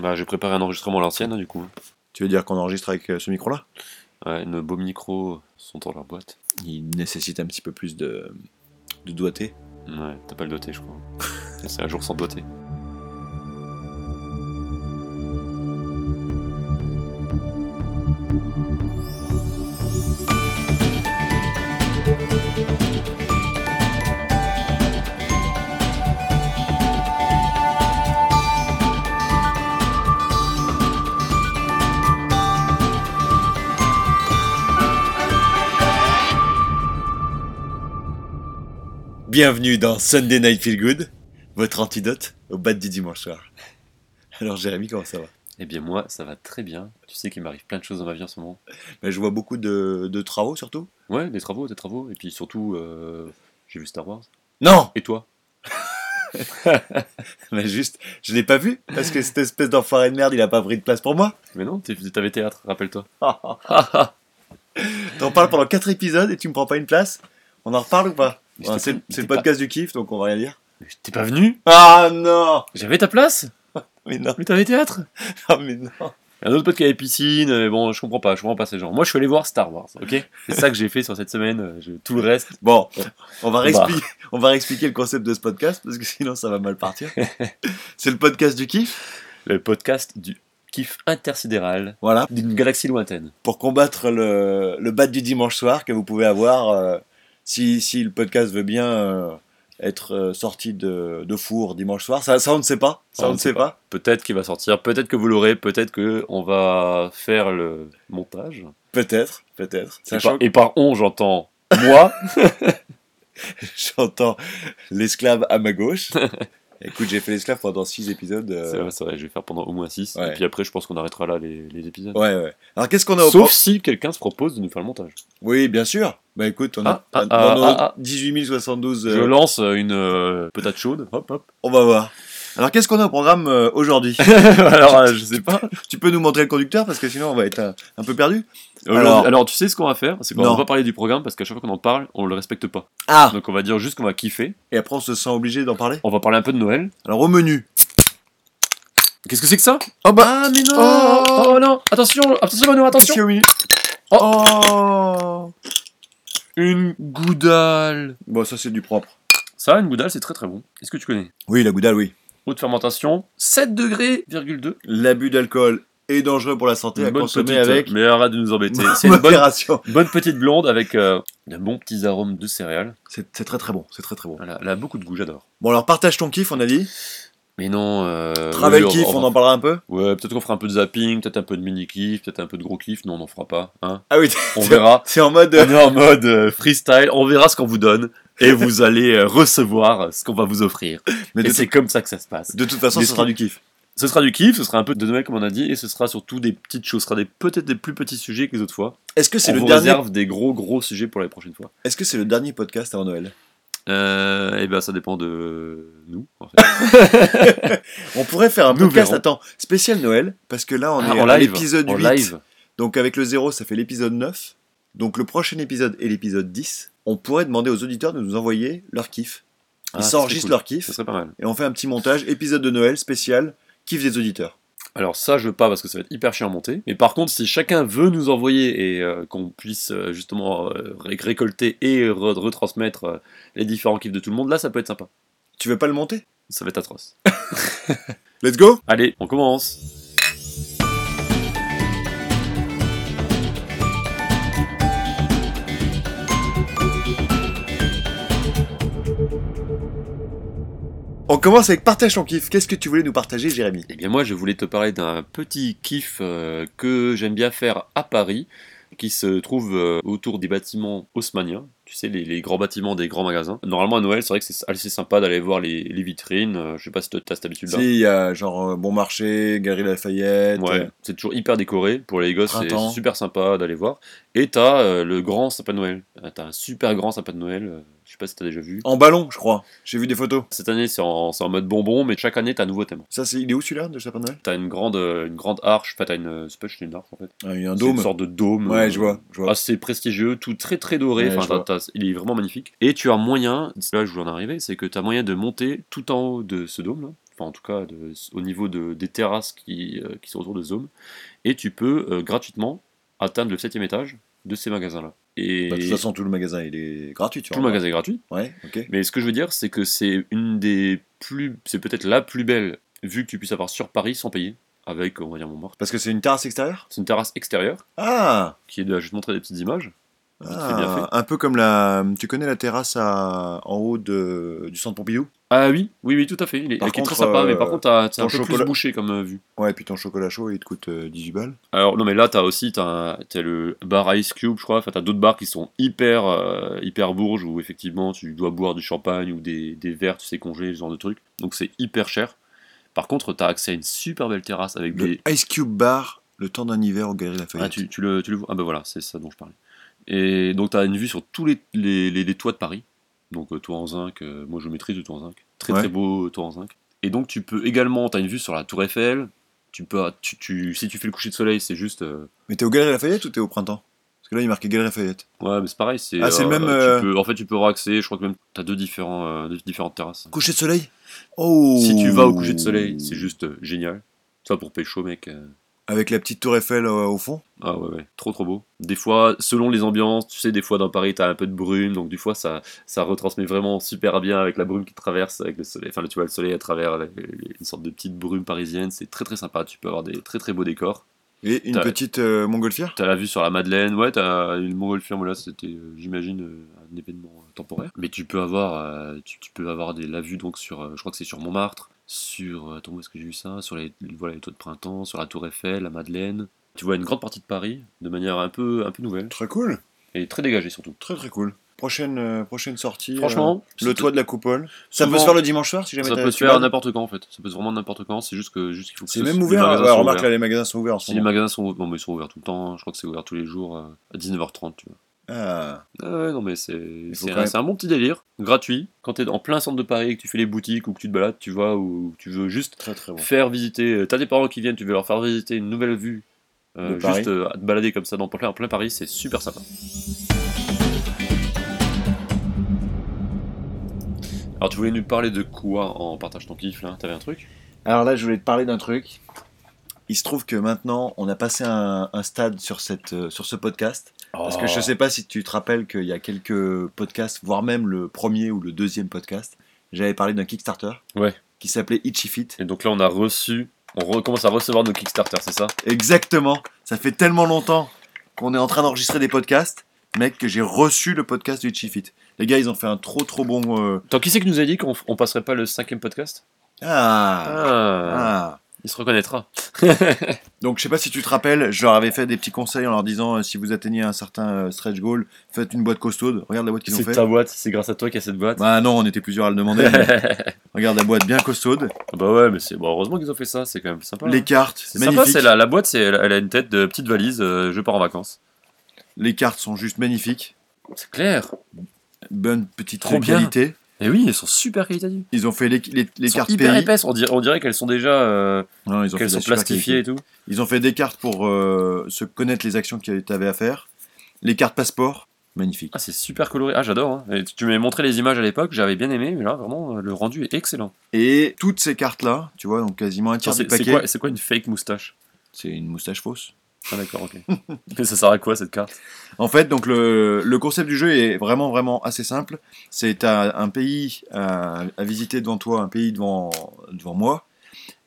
Bah, je prépare un enregistrement à l'ancienne, hein, du coup. Tu veux dire qu'on enregistre avec euh, ce micro-là Ouais, nos beaux micros sont dans leur boîte. Il nécessite un petit peu plus de, de doigté. Ouais, t'as pas le doté, je crois. C'est un jour sans doté. Bienvenue dans Sunday Night Feel Good, votre antidote au bad du dimanche soir. Alors Jérémy, comment ça va Eh bien, moi, ça va très bien. Tu sais qu'il m'arrive plein de choses dans ma vie en ce moment. Ben, Je vois beaucoup de, de travaux surtout. Ouais, des travaux, des travaux. Et puis surtout, euh, j'ai vu Star Wars. Non Et toi Mais juste, je l'ai pas vu parce que cette espèce d'enfoiré de merde, il a pas pris de place pour moi. Mais non, t'es- t'avais théâtre, rappelle-toi. T'en parles pendant 4 épisodes et tu me prends pas une place On en reparle ou pas Mais Enfin, je t'ai- C'est mais c'est le t'es podcast du kiff, donc on va rien dire. Mais T'es pas venu Ah non J'avais ta place Mais non, Mais t'avais théâtre ah, mais non Un autre pote qui avait piscine, mais bon, je comprends pas, je comprends pas ces gens. Moi, je suis allé voir Star Wars, ok C'est ça que j'ai fait sur cette semaine. je- tout le reste, Bon, on Bah. va, réexpliquer, on va réexpliquer le concept de ce podcast parce que sinon ça va mal partir. C'est le podcast du kiff. le podcast du kiff intersidéral Voilà, d'une galaxie lointaine. pour combattre le, le bat du dimanche soir que vous pouvez avoir euh, si, si le podcast veut bien euh, être euh, sorti de, de four dimanche soir. Ça, ça on ne sait pas. Ça on, ne sait pas. Peut-être qu'il va sortir, peut-être que vous l'aurez, peut-être que on va faire le montage. Peut-être, peut-être. Et Sachant par, et par on, j'entends moi. que j'entends l'esclave à ma gauche. Écoute, j'ai fait l'esclave pendant six épisodes. euh, C'est vrai, c'est vrai, je vais faire pendant au moins 6. Ouais. Et puis après, je pense qu'on arrêtera là les, les épisodes. Ouais, ouais. Alors qu'est-ce qu'on a au Sauf si quelqu'un se propose de nous faire le montage. Oui, bien sûr. Bah écoute, on a Ah, ah, on en ah, a ah, ah. 18 072. euh, Je lance euh, une euh, patate chaude. Hop, hop. On va voir. Alors, qu'est-ce qu'on a au programme euh, aujourd'hui Alors, euh, je sais pas. Tu peux nous montrer le conducteur parce que sinon on va être un, un peu perdu. Aujourd'hui- Alors- Alors, tu sais ce qu'on va faire C'est qu'on Non. va pas parler du programme parce qu'à chaque fois qu'on en parle, on le respecte pas. Ah Donc on va dire juste qu'on va kiffer. Et après, on se sent obligé d'en parler. On va parler un peu de Noël. Alors, au menu. Qu'est-ce que c'est que ça Oh bah Ah mais non Oh, oh, non Attention Attention Manon, Qu'est-ce qu'il y a au menu Oh Une goudale Bon, ça c'est du propre. Ça, une goudale, c'est très très bon. Est-ce que tu connais Oui, la goudale, oui. Haute fermentation, 7 degrés, 2. L'abus d'alcool est dangereux pour la santé à consommer avec Mais arrête de nous embêter. C'est une bonne, modération. bonne petite blonde avec euh, de bons petits arômes de céréales. C'est c'est très très bon, c'est très très bon. Voilà, elle a beaucoup de goût, j'adore. Bon, alors partage ton kiff, on a dit. Mais non... Euh, Travel oui, kiff, on en parlera un peu. Ouais, peut-être qu'on fera un peu de zapping, peut-être un peu de mini-kiff, peut-être un peu de gros kiff. Non, on n'en fera pas. Hein Ah oui, on verra. c'est en mode. euh, On est en mode euh, freestyle, on verra ce qu'on vous donne et vous allez euh, recevoir ce qu'on va vous offrir. Mais de, et c'est comme ça que ça se passe. de toute façon, Mais ce ce sera qui- du kiff. Ce sera du kiff, ce sera un peu de Noël comme on a dit, et ce sera surtout des petites choses, ce sera des- peut-être des plus petits sujets que les autres fois. Est-ce que c'est on le vous dernier réserve des gros gros sujets pour les prochaines fois. Est-ce que c'est le dernier podcast avant Noël Euh, et ben ça dépend de nous. En fait. On pourrait faire un Nous podcast, verrons. attends, spécial Noël, parce que là on Ah, est à l'épisode en 8. live. Donc avec le 0, ça fait l'épisode 9. Donc le prochain épisode est l'épisode 10. On pourrait demander aux auditeurs de nous envoyer leur kiff. Ils Ah, ça serait s'enregistrent cool. leur Ça kiff serait pas mal. et on fait un petit montage, épisode de Noël spécial, kiff des auditeurs. Alors ça, je veux pas parce que ça va être hyper chiant à monter. Mais par contre, si chacun veut nous envoyer et euh, qu'on puisse euh, justement euh, ré- récolter et re- retransmettre euh, les différents kiffs de tout le monde, là, ça peut être sympa. Tu veux pas le monter Ça va être atroce. Let's go Allez, on commence. On commence avec partage ton kiff. Qu'est-ce que tu voulais nous partager, Jérémy Eh bien moi, je voulais te parler d'un petit kiff euh, que j'aime bien faire à Paris, qui se trouve euh, autour des bâtiments haussmanniens. Tu sais, les, les grands bâtiments des grands magasins. Normalement, à Noël, c'est vrai que c'est assez sympa d'aller voir les, les vitrines. Euh, Je sais pas si toi, t'as cette habitude-là. Si, il y a genre euh, Bon Marché, Galerie Lafayette. Ouais, euh, c'est toujours hyper décoré. Pour les gosses, c'est Printemps. super sympa d'aller voir. Et t'as euh, le grand sapin de Noël. Ah, T'as un super grand sapin de Noël. euh, Je sais pas si t'as déjà vu. En ballon, je crois. J'ai vu des photos. Cette année, c'est en, c'est en mode bonbon, mais chaque année, t'as un nouveau thème. Ça, c'est... Il est où celui-là de Sapin de Noël T'as une grande, euh, une grande arche. Enfin, t'as une. euh, C'est pas juste une arche en fait. Ah, Il y a un C'est une dôme. sorte de dôme. Ouais, euh, je vois. Je vois. Assez prestigieux, tout très très doré. Ouais, Enfin, je t'as- vois. t'as- il est vraiment magnifique. Et tu as moyen, c'est là où je voulais en arriver, c'est que tu as moyen de monter tout en haut de ce dôme là. enfin en tout cas de- au niveau de- des terrasses qui, euh, qui sont autour de Zoom, et tu peux euh, gratuitement atteindre le septième étage de ces magasins-là. Et Bah, de toute façon, tout le magasin, il est gratuit, tu tout le vois. magasin est gratuit, Ouais, ok. mais ce que je veux dire, c'est que c'est une des plus, c'est peut-être la plus belle vue que tu puisses avoir sur Paris sans payer, avec, on va dire, Montmartre. Parce que c'est une terrasse extérieure C'est une terrasse extérieure, Ah, qui est de, je vais te montrer des petites images. Vite fait, Ah, bien Un peu comme la. Tu connais la terrasse à- en haut de... du centre Pompidou Ah oui, oui, oui, tout à fait. Il est, Par qui est très contre, sympa, mais par euh, contre, t'as- c'est un ton peu chocolat- plus bouché comme euh, vue. Ouais, et puis ton chocolat chaud, il te coûte euh, 18 balles. Alors, non, mais là, t'as aussi t'as un- t'as le bar Ice Cube, je crois. Enfin, t'as d'autres bars qui sont hyper, euh, hyper bourges où effectivement tu dois boire du champagne ou des, des verres, tu sais, congelés, ce genre de trucs. Donc, c'est hyper cher. Par contre, t'as accès à une super belle terrasse avec Le des. Ice Cube Bar, le temps d'un hiver au Galerie Lafayette. Ah, tu, tu le, tu le vois Ah, ben voilà, c'est ça dont je parlais. Et donc, t'as une vue sur tous les, les, les- les toits de Paris. Donc, euh, toit en zinc, euh, moi je maîtrise le toit en zinc. Très Ouais. très beau euh, toit en zinc. Et donc, tu peux également, t'as une vue sur la Tour Eiffel. Tu peux, tu, tu- si tu fais le coucher de soleil, c'est juste. euh, Mais t'es au Galerie Lafayette ou t'es au printemps Parce que là, il est marqué Galerie Lafayette. Ouais, mais c'est pareil. C'est Ah, c'est le même, tu euh, peux- en fait, tu peux avoir accès. Je crois que même t'as deux différents, euh, deux différentes terrasses. Coucher de soleil Oh Si tu vas au coucher de soleil, c'est juste euh, génial. Toi pour pécho, mec. euh, Avec la petite tour Eiffel euh, au fond Ah ouais, ouais, trop trop beau. Des fois, selon les ambiances, tu sais, des fois dans Paris, t'as un peu de brume, donc du fois, ça, ça retransmet vraiment super bien avec la brume qui traverse, avec le soleil. Enfin, tu vois le soleil à travers les- les- une sorte de petite brume parisienne, c'est très très sympa. Tu peux avoir des très très beaux décors. Et une T'as- petite euh, montgolfière T'as la vue sur la Madeleine, ouais, t'as une Montgolfière, mais là c'était, euh, j'imagine, euh, un événement euh, temporaire. Mais tu peux avoir, euh, tu, tu peux avoir des, la vue donc sur, euh, je crois que c'est sur Montmartre, sur, euh, attends, où est-ce que j'ai vu ça Sur les, voilà, les toits de printemps, sur la Tour Eiffel, la Madeleine. Tu vois une grande partie de Paris de manière un peu, un peu nouvelle Très cool, et très dégagée surtout. très très cool. Prochaine, euh, prochaine sortie. Franchement, euh, le c'est- toit de la coupole. Ça peut souvent, se faire le dimanche soir si jamais ça t'as- peut se tu faire vas- n'importe quand en fait. Ça peut se vraiment n'importe quand. C'est juste que juste qu'il faut que C'est ce- même les ouvert. hein. magasins Ouais, soient remarque, ouverts. là, les magasins sont ouverts en ce Si les moment. magasins sont, ouverts- non mais ils sont ouverts tout le temps. hein. Je crois que c'est ouvert tous les jours euh, à 19h30. Tu vois. Ah. Ah ouais, non, mais c'est faut c'est quand un, même- c'est un bon petit délire, gratuit. Quand t'es en plein centre de Paris et que tu fais les boutiques ou que tu te balades, tu vois, ou tu veux juste Très très bon. faire visiter. euh, T'as des parents qui viennent, tu veux leur faire visiter une nouvelle vue. euh, De Paris. juste euh, à te balader comme ça dans plein, en plein Paris, c'est super sympa. Alors, tu voulais nous parler de quoi en partage ton kiff là T'avais un truc Alors là, je voulais te parler d'un truc. Il se trouve que maintenant, on a passé un, un stade sur, cette, euh, sur ce podcast. Oh. Parce Oh. que je ne sais pas si tu te rappelles qu'il y a quelques podcasts, voire même le premier ou le deuxième podcast, j'avais parlé d'un Kickstarter Ouais. qui s'appelait Itchy Fit. Et donc là, on a reçu, on recommence à recevoir nos Kickstarter, c'est ça Exactement. Ça fait tellement longtemps qu'on est en train d'enregistrer des podcasts, mec, que j'ai reçu le podcast du Itchy Fit. Les gars, ils ont fait un trop trop bon... euh, Tant qui c'est qui nous a dit qu'on on passerait pas le cinquième podcast Ah, ah ah. Il se reconnaîtra. Donc, je sais pas si tu te rappelles, je leur avais fait des petits conseils en leur disant euh, si vous atteignez un certain euh, stretch goal, faites une boîte costaude. Regarde la boîte qu'ils ont C'est fait. ta boîte, c'est grâce à toi qu'il y a cette boîte. Bah non, on était plusieurs à le demander. mais regarde la boîte bien costaude. bah ouais, mais c'est bon, heureusement qu'ils ont fait ça, c'est quand même sympa. Les hein. cartes, C'est sympa, magnifiques. c'est la, la boîte, c'est, elle, elle a une tête de petite valise, euh, je pars en vacances. Les cartes sont juste magnifiques. C'est clair. Bonne petite Trop bien. qualité. Et oui, elles sont super qualitatives. Ils ont fait les, les, les Elles sont cartes hyper Perry. épaisses, on dirait, on dirait qu'elles sont déjà euh, Non, ils ont fait qu'elles de la sont super plastifiées qualité. et tout. Ils ont fait des cartes pour euh, se connaître les actions que tu avais à faire. Les cartes passeport, magnifique. Ah, c'est super coloré. Ah, j'adore. hein. Et tu tu m'avais montré les images à l'époque, j'avais bien aimé, mais là vraiment euh, le rendu est excellent. Et toutes ces cartes-là, tu vois, donc quasiment un tiers Attends, du c'est, c'est paquet. quoi, c'est quoi une fake moustache C'est une moustache fausse. Ah d'accord, ok. mais ça sert à quoi cette carte En fait, donc le, le concept du jeu est vraiment vraiment assez simple. C'est t'as un pays à, à visiter devant toi, un pays devant devant moi.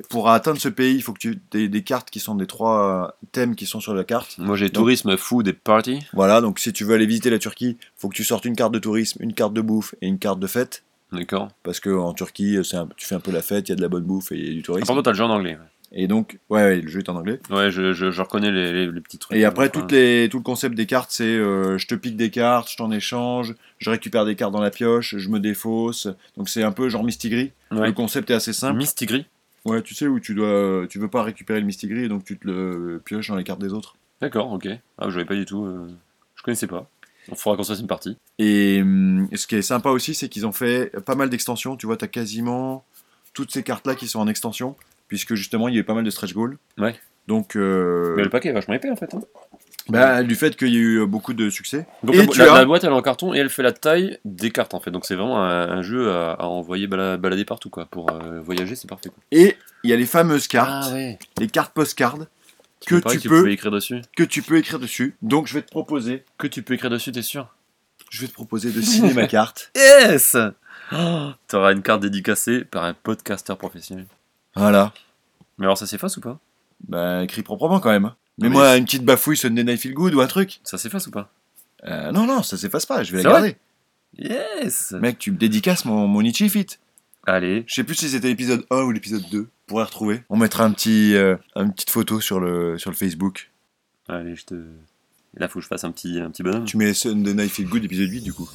Pour atteindre ce pays, il faut que tu aies des cartes qui sont des trois euh, thèmes qui sont sur la carte. Moi j'ai Donc- tourisme, food et party. Voilà, donc si tu veux aller visiter la Turquie, faut que tu sortes une carte de tourisme, une carte de bouffe et une carte de fête. D'accord. Parce que en Turquie, c'est un- tu fais un peu la fête, il y a de la bonne bouffe et du Ah, tourisme. par contre, t'as le jeu en anglais. Et donc, ouais, ouais, le jeu est en anglais. Ouais, je, je, je reconnais les, les- les petits trucs. Et après, Enfin, toutes les, tout le concept des cartes, c'est euh, je te pique des cartes, je t'en échange, je récupère des cartes dans la pioche, je me défausse. Donc c'est un peu genre Mistigris. ouais. Mhm. Le concept est assez simple. Mistigri. Ouais, tu sais où tu dois, euh, tu veux pas récupérer le Mistigris et donc tu te le pioches dans les cartes des autres. D'accord, ok. Ah, j'avais pas du tout. euh, Je connaissais pas. Il faudra qu'on se fasse une partie. Et hum, ce qui est sympa aussi, c'est qu'ils ont fait pas mal d'extensions. Tu vois, t'as quasiment toutes ces cartes-là qui sont en extension, puisque justement, il y a eu pas mal de stretch goals. Ouais. Donc, euh, Mais le paquet est vachement épais en fait. hein. Bah, du fait qu'il y a eu beaucoup de succès. Donc, Et la, tu la- as- la boîte elle est en carton et elle fait la taille des cartes en fait. Donc c'est vraiment un, un jeu à, à envoyer bala- balader partout quoi. Pour euh, voyager c'est parfait. quoi. Ah, Et il y a les fameuses cartes, ouais. les cartes postcards Tu que me parlais tu que tu peux- pouvais écrire dessus. que tu peux écrire dessus. Donc je vais te proposer, Que tu peux écrire dessus t'es sûr je vais te proposer de signer ma carte. Yes Oh, T'auras une carte dédicacée par un podcasteur professionnel. Voilà. Mais alors ça s'efface ou pas Bah, écrit proprement quand même. Mais Oui. moi, une petite bafouille Sunday Night Feel Good ou un truc. Ça s'efface ou pas Euh, non, non, ça s'efface pas, je vais C'est la garder. Yes Mec, tu me dédicaces mon, mon Itchy Fit. Allez, Je sais plus si c'était l'épisode 1 ou l'épisode 2. Pour les retrouver. On mettra un petit, euh, une petite photo sur le, sur le Facebook. allez je te... Là faut que je fasse un petit, un petit bonhomme. Tu mets Sunday Night Feel Good épisode 8 du coup.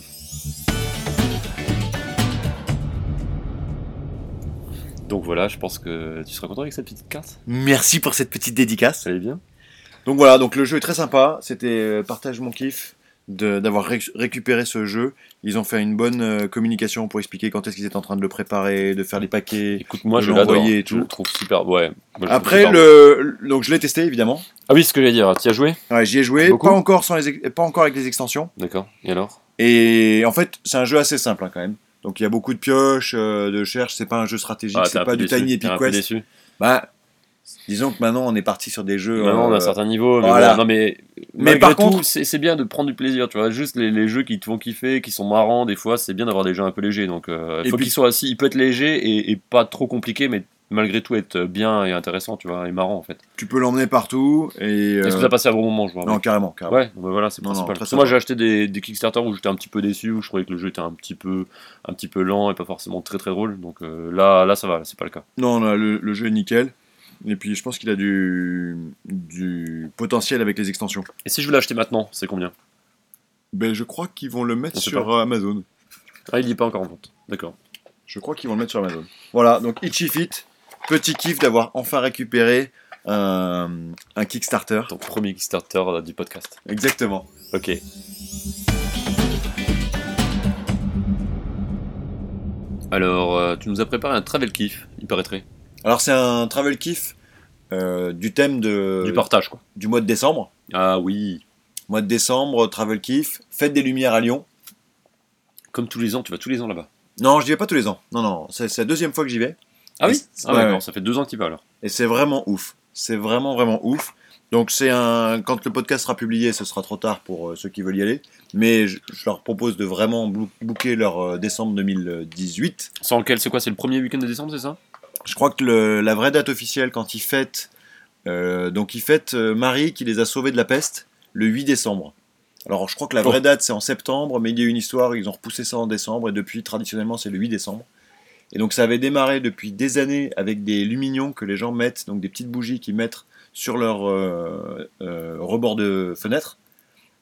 Donc voilà, je pense que tu seras content avec cette petite carte. Merci pour cette petite dédicace. Ça allait bien Donc voilà, donc le jeu est très sympa. C'était euh, partage mon kiff de- d'avoir ré- récupéré ce jeu. Ils ont fait une bonne euh, communication pour expliquer quand est-ce qu'ils étaient en train de le préparer, de faire les paquets. Écoute, moi De je l'adore. l'envoyer et Je le tout. trouve super. Ouais. Moi, je le trouve Après super beau. le, le- donc je l'ai testé évidemment. Ah oui, c'est ce que j'allais dire. Tu y as joué Ouais, j'y ai joué, Beaucoup. pas encore sans les ex- pas encore avec les extensions. D'accord. Et alors Et en fait, c'est un jeu assez simple hein, quand même. Donc il y a beaucoup de pioches, euh, de cherches. C'est pas un jeu stratégique, Ah, t'es c'est un pas peu du déçu, tiny t'es epic un peu quest. déçu. Bah, disons que maintenant on est parti sur des jeux. Maintenant, on a euh, un certain niveau. Mais voilà. bon, non, mais, Mais malgré par tout, contre- c'est c'est bien de prendre du plaisir. Tu vois, juste les, les jeux qui te font kiffer, qui sont marrants, des fois, c'est bien d'avoir des jeux un peu légers. Donc, euh, Et faut puis- qu'ils soient assis. Il peut être léger et, et pas trop compliqué, mais malgré tout être bien et intéressant, tu vois, et marrant en fait. tu peux l'emmener partout et. Est-ce euh, que t'as passé un bon moment, je vois non carrément, carrément. Ouais, bah voilà, c'est Non, non, principal. très Parce que moi, sympa. j'ai acheté des, des Kickstarter où j'étais un petit peu déçu, où je trouvais que le jeu était un petit peu, un petit peu lent et pas forcément très très drôle. Donc euh, là, là, ça va, là, c'est pas le cas. Non, là, le, le jeu est nickel. Et puis je pense qu'il a du, du potentiel avec les extensions. Et si je voulais acheter maintenant, c'est combien Ben, je crois qu'ils vont le mettre On sait sur euh, Amazon. Ah, il n'y est pas encore en vente. D'accord. Je crois qu'ils vont le mettre sur Amazon. Voilà, donc Itchy Fit, petit kiff d'avoir enfin récupéré un, un Kickstarter. Ton premier Kickstarter euh, du podcast. Exactement. Ok. Alors, euh, tu nous as préparé un travel kiff, il paraîtrait. Alors c'est un travel kiff euh, du thème de, du partage, quoi. du mois de décembre. Ah oui. Mois de décembre, travel kiff, fête des lumières à Lyon. Comme tous les ans, tu vas tous les ans là-bas. Non, je n'y vais pas tous les ans. Non, non, c'est c'est la deuxième fois que j'y vais. Ah oui oui Ah Ouais, d'accord, ouais. ça fait deux ans que tu vas alors. Et c'est vraiment ouf. C'est vraiment, vraiment ouf. Donc, c'est un. Quand le podcast sera publié, ce sera trop tard pour euh, ceux qui veulent y aller. Mais je, je leur propose de vraiment bou- booker leur euh, décembre 2018. Sans lequel, c'est quoi C'est le premier week-end de décembre, c'est ça Je crois que le- la vraie date officielle, quand ils fêtent. euh, donc, ils fêtent euh, Marie qui les a sauvés de la peste le 8 décembre. Alors, je crois que la Oh. vraie date, c'est en septembre, mais il y a eu une histoire, ils ont repoussé ça en décembre, et depuis, traditionnellement, c'est le 8 décembre. Et donc, ça avait démarré depuis des années avec des lumignons que les gens mettent, donc des petites bougies qu'ils mettent sur leur euh, euh, rebord de fenêtre.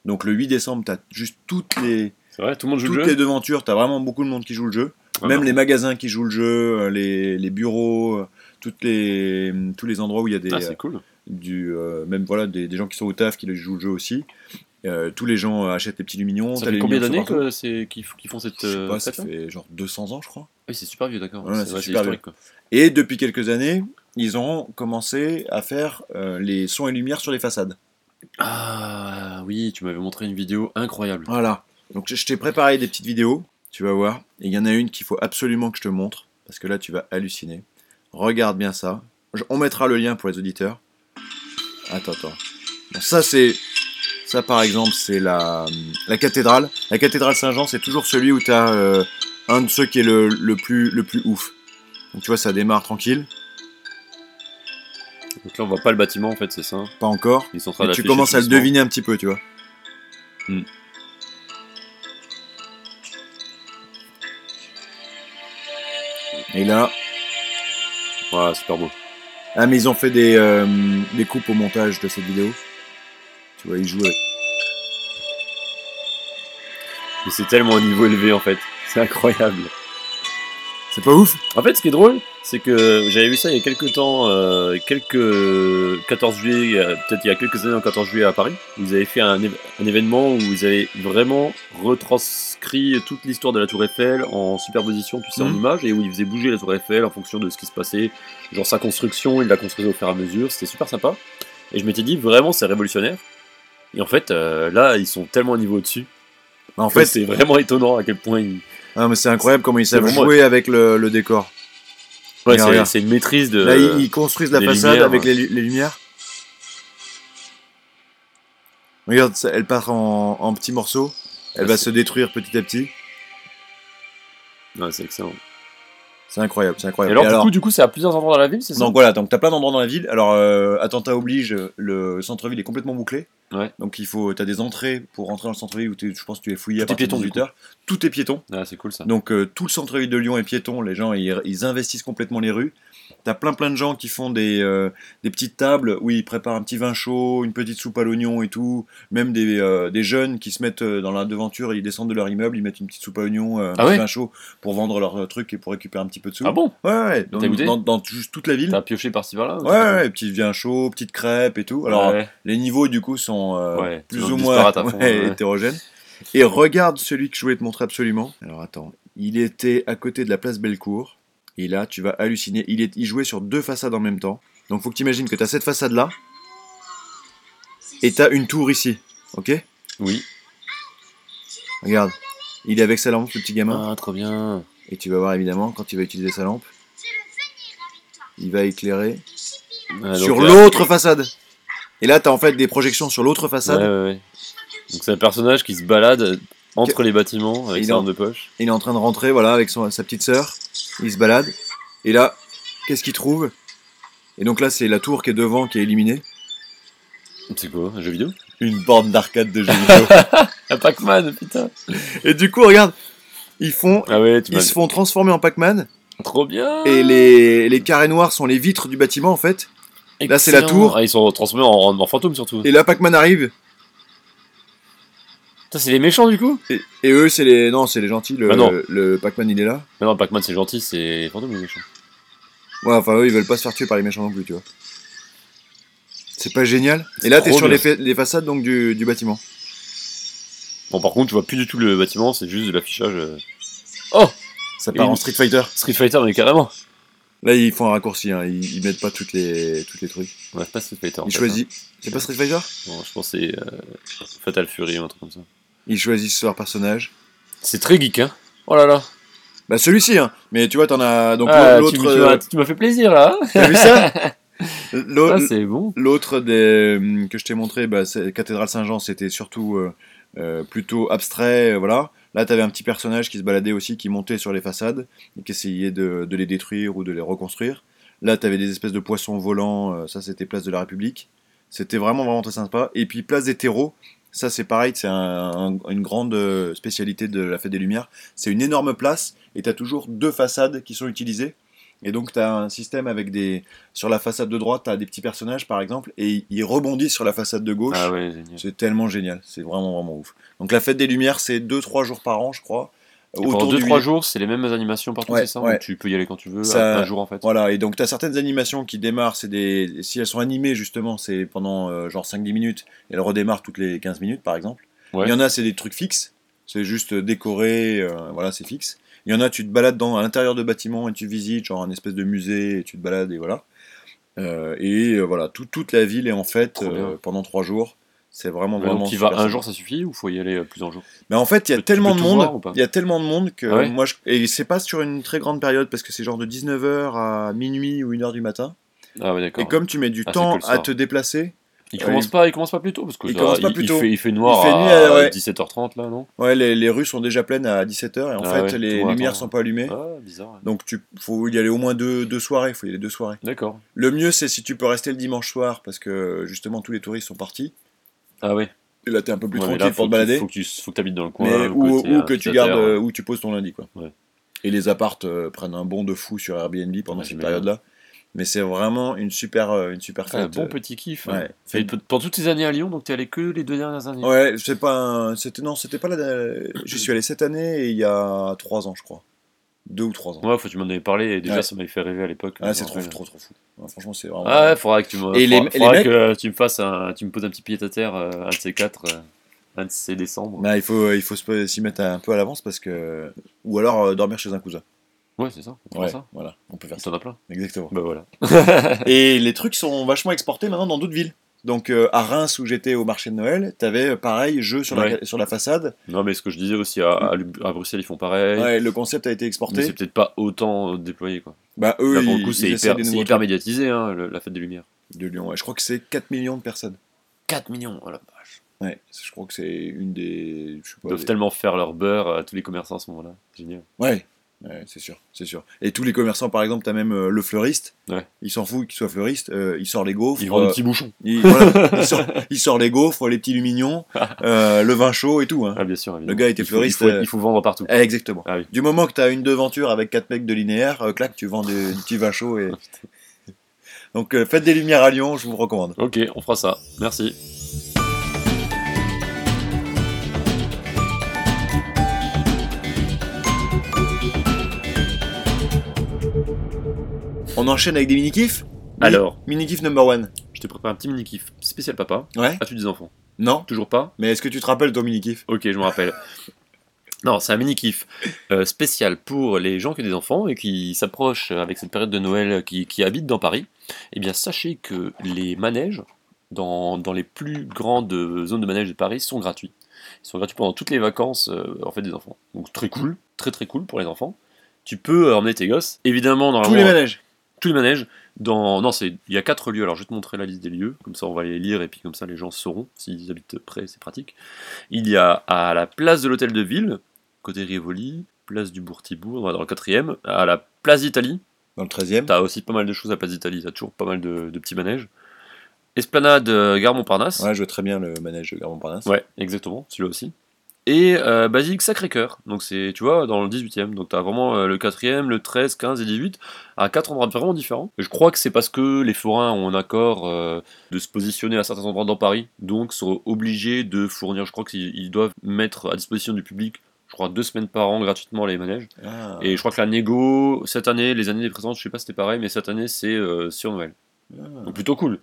Donc, le 8 décembre, tu as juste toutes les, C'est vrai, tout le monde joue toutes le jeu les devantures, tu as vraiment beaucoup de monde qui joue le jeu. Ouais, Même bah, les magasins qui jouent le jeu, euh, les, les bureaux, euh, toutes les, mm, tous les endroits où il y a des, Ah, c'est cool. euh, du, euh, même voilà, des, des gens qui sont au taf qui le- jouent le jeu aussi. Euh, tous les gens euh, achètent les petits lumignons. Ça t'as fait les combien lumignons d'années qui sont partout. que c'est- qu'ils f- qu'ils font cette. Je sais euh, pas, ça fête-là fait genre 200 ans, je crois. Ah Oui, c'est super vieux, d'accord. Voilà, c'est c'est ouais, c'est super historique. Quoi. Et depuis quelques années, ils ont commencé à faire euh, les sons et lumières sur les façades. Ah oui, tu m'avais montré une vidéo incroyable. Voilà. Donc je, je t'ai préparé des petites vidéos, tu vas voir. Et il y en a une qu'il faut absolument que je te montre, parce que là tu vas halluciner. Regarde bien ça. Je- on mettra le lien pour les auditeurs. Attends, attends. Bon, ça c'est... Ça par exemple c'est la, la cathédrale. La cathédrale Saint-Jean c'est toujours celui où tu as un de ceux qui est le, le plus, le plus ouf. Donc tu vois ça démarre tranquille, Donc là, on voit pas le bâtiment en fait, c'est ça. pas encore. Ils sont en train Mais tu d'afficher commences tout à le doucement. deviner un petit peu, tu vois. Hmm. Et là, Ouais, super beau. ah mais ils ont fait des, euh, des coupes au montage de cette vidéo. Tu vois, ils jouent. avec- Mais c'est tellement au niveau élevé en fait. C'est incroyable. C'est pas ouf En fait, ce qui est drôle, c'est que j'avais vu ça il y a quelques temps, euh, quelques 14 juillet, euh, peut-être il y a quelques années, en 14 juillet à Paris. où Ils avaient fait un, éve- un événement où ils avaient vraiment retranscrit toute l'histoire de la Tour Eiffel en superposition, tu sais, en Mhm. images, et où ils faisaient bouger la Tour Eiffel en fonction de ce qui se passait, genre sa construction, ils la construisaient au fur et à mesure. C'était super sympa. Et je m'étais dit, vraiment, c'est révolutionnaire. Et en fait, euh, là, ils sont tellement un niveau au-dessus. Bah, en En fait, fait, c'est vraiment étonnant à quel point ils. ah, mais c'est incroyable comment ils savent vraiment- jouer avec le, le décor. Ouais, Regarde, c'est- regarde. c'est une maîtrise de. Là, ils, ils construisent la les façade Euh, lumières, avec ouais. les, lu- les lumières. Regarde, ça- elle part en, en petits morceaux. Elle Ouais, va Ah, c'est- se détruire petit à petit. Ouais, c'est excellent. C'est incroyable, c'est Et incroyable. alors, Et du coup, du coup, c'est à plusieurs endroits dans la ville, c'est ça donc voilà, donc t'as plein d'endroits dans la ville. Alors, euh, attentat oblige, le centre-ville est complètement bouclé. Ouais. Donc il faut, t'as des entrées pour rentrer dans le centre-ville où t'es- je pense que tu es fouillé à Tout est partir piéton, de du 18 heures. Tout est piéton. Ah, c'est cool ça. Donc euh, tout le centre-ville de Lyon est piéton, les gens ils, ils investissent complètement les rues. T'as plein plein de gens qui font des, euh, des petites tables où ils préparent un petit vin chaud, une petite soupe à l'oignon et tout. Même des, euh, des jeunes qui se mettent euh, dans la devanture, ils descendent de leur immeuble, ils mettent une petite soupe à l'oignon, euh, un Ah petit ouais vin chaud pour vendre leur euh, truc et pour récupérer un petit peu de sous. Ah bon ouais, ouais, ouais, dans, T'as goûté dans- dans tout- juste toute la ville. T'as pioché par-ci par-là ou Ouais, t'as- ouais, ouais, petit vin chaud, petite crêpe et tout. Alors Ouais. les niveaux du coup sont euh, Ouais, plus donc ou moins disparates à fond, ouais, ouais. hétérogènes. Et regarde celui que je voulais te montrer absolument. Alors attends, il était à côté de la place Bellecour. Et là, tu vas halluciner. Il, est, il jouait sur deux façades en même temps. Donc faut que tu imagines que tu as cette façade là et tu as une tour ici. Ok Oui. Regarde. Il est avec sa lampe, le petit gamin. Ah, trop bien. Et tu vas voir évidemment quand il va utiliser sa lampe. Il va éclairer Ah, sur donc, l'autre façade. Et là, tu as en fait des projections sur l'autre Ouais, façade. ouais, ouais. Donc, c'est un personnage qui se balade entre les bâtiments avec Il sa en- arme de poche. Il est en train de rentrer, voilà, avec son- sa petite sœur. Il se balade. Et là, qu'est-ce qu'il trouve Et donc là, c'est la tour qui est devant qui est éliminée. C'est quoi Un jeu vidéo Une borne d'arcade de jeux vidéo. Un Pac-Man, putain et du coup, regarde, ils font, Ah ouais, tu m'as... ils se font transformer en Pac-Man. Trop bien Et les, les carrés noirs sont les vitres du bâtiment, en fait. là, c'est la Excellent. tour. Ah, ils sont transformés en, en fantômes, surtout. Et là, Pac-Man arrive. Putain, c'est les méchants, du coup Et, et eux, c'est les, non, c'est les gentils. Le, Bah non. le Pac-Man, il est là. Mais non, Pac-Man, c'est gentil, c'est les fantômes, les méchants. Ouais, enfin, eux, ils veulent pas se faire tuer par les méchants non plus, tu vois. C'est pas génial. Et là, C'est t'es trop sur bien. les, fa- les façades donc du, du bâtiment. Bon, par contre, tu vois plus du tout le bâtiment, c'est juste de l'affichage... euh. Oh Ça Et part une- en Street Fighter. Street Fighter, mais carrément Là, ils font un raccourci, hein. ils, ils mettent pas toutes les, toutes les trucs. Ouais, c'est pas Street Fighter, en Ils fait, choisissent. C'est pas Street Fighter hein. Bon, je pense que c'est euh, Fatal Fury ou un truc comme ça. Ils choisissent leur personnage. C'est très geek, hein Oh là là Bah, celui-ci, hein. Mais tu vois, t'en as. Donc, Ah, tu, l'autre. tu m'as- euh, tu m'as fait plaisir, là hein T'as vu ça Ça, L'au- c'est bon L'autre des hum, que je t'ai montré, bah, c'est- Cathédrale Saint-Jean, c'était surtout euh, euh, plutôt abstrait, euh, voilà. Là, t'avais un petit personnage qui se baladait aussi, qui montait sur les façades et qui essayait de, de les détruire ou de les reconstruire. Là, t'avais des espèces de poissons volants, euh, ça c'était Place de la République. C'était vraiment vraiment très sympa. Et puis Place des Terreaux, ça c'est pareil, c'est un- un- une grande euh, spécialité de la Fête des Lumières. C'est une énorme place et t'as toujours deux façades qui sont utilisées. Et donc t'as un système avec des, sur la façade de droite, t'as des petits personnages par exemple, et ils rebondissent sur la façade de gauche. Ah ouais, génial. C'est tellement génial, c'est vraiment vraiment ouf. Donc la fête des lumières, c'est 2-3 jours par an, je crois. Et Pendant du 2-3 huit- jours, c'est les mêmes animations partout, Ouais, c'est ça ouais. Donc, Tu peux y aller quand tu veux, Ça- un jour, en fait. Voilà, et donc t'as certaines animations qui démarrent, c'est des... si elles sont animées justement, c'est pendant euh, genre 5-10 minutes, et elles redémarrent toutes les 15 minutes par exemple. Ouais. Il y en a, c'est des trucs fixes, c'est juste décoré, euh, voilà, c'est fixe. Il y en a, tu te balades dans, à l'intérieur de bâtiments et tu visites, genre un espèce de musée, et tu te balades, et voilà. Euh, et euh, voilà, tout- toute la ville est en fête Trop bien. euh, pendant 3 jours. C'est vraiment, Ouais, vraiment. donc tu y super vas un sympa. jour, ça suffit ou faut y aller euh, plusieurs jours Mais en fait, il y a Tu peux- tu tellement peux de tout voir ou monde. pas Il y a tellement de monde que Ah ouais moi, je... et c'est pas sur une très grande période parce que c'est genre de 19h à minuit ou 1h du matin. Ah ouais d'accord. Et comme tu mets du Ah, c'est temps que le à soir. te déplacer, Il euh, commence pas, il commence pas plus tôt parce que il ça- commence pas plus tôt. fait, il fait noir Il fait à, nuit, euh, ouais. 17h30 là non ouais, les, les rues sont déjà pleines à 17h et en Ah fait, ouais, tout le les monde lumières attend. sont pas allumées. Ah bizarre. ouais. Donc tu faut y aller au moins deux, deux soirées, faut y aller deux soirées. D'accord. Le mieux c'est si tu peux rester le dimanche soir parce que justement tous les touristes sont partis. Ah ouais. Et là t'es un peu plus Ouais, mais tranquille là, faut pour que tu- te balader. Faut que tu faut que t'habites dans le coin. mais le ou, côté, ou euh, que tu pied-à-terre, gardes ouais. euh, où tu poses ton lundi quoi. Ouais. Et les appartes euh, prennent un bond de fou sur Airbnb pendant Ouais, cette j'imagine. période là. Mais c'est vraiment une super euh, une super Ah, fête. bon euh, petit kiff. hein. ouais. Et pe- pendant toutes ces années à Lyon, donc t'es allé que les deux dernières années. Ouais, c'est pas un- c'était non, c'était pas la j'y suis allé cette année et il y a trois ans je crois. Deux ou trois ans. Ouais, faut que tu m'en avais parlé et déjà Ouais. ça m'avait fait rêver à l'époque. Ah, euh, c'est je me trop, rappelle. trop trop fou. Ouais, franchement, c'est vraiment Ah ouais, faudra que tu me Et les- faudra- et les faudra mecs- que euh, tu me fasses un tu me poses un petit pied à terre euh, un de ces quatre euh, un de ces décembre. Bah, il faut, il faut se- s'y mettre un peu à l'avance parce que. Ou alors euh, dormir chez un cousin. Ouais, c'est ça. on fera Ouais, ça. voilà, on peut faire ça. T'en as plein. Exactement. Bah voilà. Et les trucs sont vachement exportés maintenant dans d'autres villes. Donc euh, à Reims où j'étais au marché de Noël, t'avais euh, pareil jeu sur, Ouais. la, sur la façade. Non, mais ce que je disais aussi, à, à Lu- à Bruxelles, ils font pareil. Ouais, le concept a mais été c'est exporté. peut-être pas autant euh, déployé. Quoi. Bah eux, Là, pour ils- le coup, c'est ils essaient hyper, des c'est nouveaux hyper trucs médiatisé, hein, le- la fête des Lumières. de Lyon. Ouais, je crois que c'est 4 millions de personnes. 4 millions, oh la vache. Ouais, je crois que c'est une des. Je sais Ils pas, doivent des- tellement faire leur beurre à tous les commerçants à ce moment-là. Génial. Ouais, ouais, c'est sûr, c'est sûr. Et tous les commerçants, par exemple, t'as même euh, le fleuriste. Ouais. Il s'en fout qu'il soit fleuriste. euh, il sort les gaufres. Ils vendent euh, des petits bouchons. il, voilà, il sort, il sort les gaufres, les petits lumignons, euh, le vin chaud et tout. Hein. Ah, bien sûr. évidemment. Le gars était Il faut- il fleuriste, faut- Il faut, euh, vendre partout. Eh, Exactement. Ah oui. Du moment que tu as une devanture avec 4 mecs de linéaire, euh, clac, tu vends des, du petit vin chaud. Et... Donc euh, faites des lumières à Lyon, je vous le recommande. Ok, on fera ça. Merci. On enchaîne avec des mini-kifs Alors, Mini-kif number one. je te prépare un petit mini-kiff spécial papa. Ouais As-tu des enfants Non Toujours pas Mais est-ce que tu te rappelles ton mini-kif Ok, je me rappelle. Non, c'est un mini kiff spécial pour les gens qui ont des enfants et qui s'approchent euh, avec cette période de Noël qui, qui habitent dans Paris. Eh bien, sachez que les manèges dans, dans les plus grandes zones de manège de Paris sont gratuits. Ils sont gratuits pendant toutes les vacances euh, en fait des enfants. Donc très cool, très très cool pour les enfants. Tu peux euh, emmener tes gosses. Évidemment, normalement, Tous les manèges. tous les manèges. Dans... Non, c'est... il y a quatre lieux. Alors, je vais te montrer la liste des lieux. Comme ça, on va les lire et puis comme ça, les gens sauront. S'ils habitent près, c'est pratique. Il y a à la place de l'hôtel de ville, côté Rivoli, place du Bourtibourg, dans le quatrième, à la place d'Italie. Dans le 13 e T'as aussi pas mal de choses à la place d'Italie. T'as toujours pas mal de, de petits manèges. Esplanade euh, Gare Montparnasse. Ouais, je vois très bien le manège de Gare-Montparnasse. Ouais, exactement, celui-là aussi. Et euh, Basilique Sacré-Cœur, donc c'est, tu vois, dans le 18e, donc t'as vraiment euh, le 4e, le 13, 15 et 18, à quatre endroits vraiment différents. Et je crois que c'est parce que les forains ont un accord euh, de se positionner à certains endroits dans Paris, donc sont obligés de fournir, je crois qu'ils ils doivent mettre à disposition du public, je crois, deux semaines par an gratuitement les manèges. Ah. Et je crois que la négo, cette année, les années précédentes, je sais pas si c'était pareil, mais cette année c'est euh, sur Noël. Ah. Donc plutôt cool.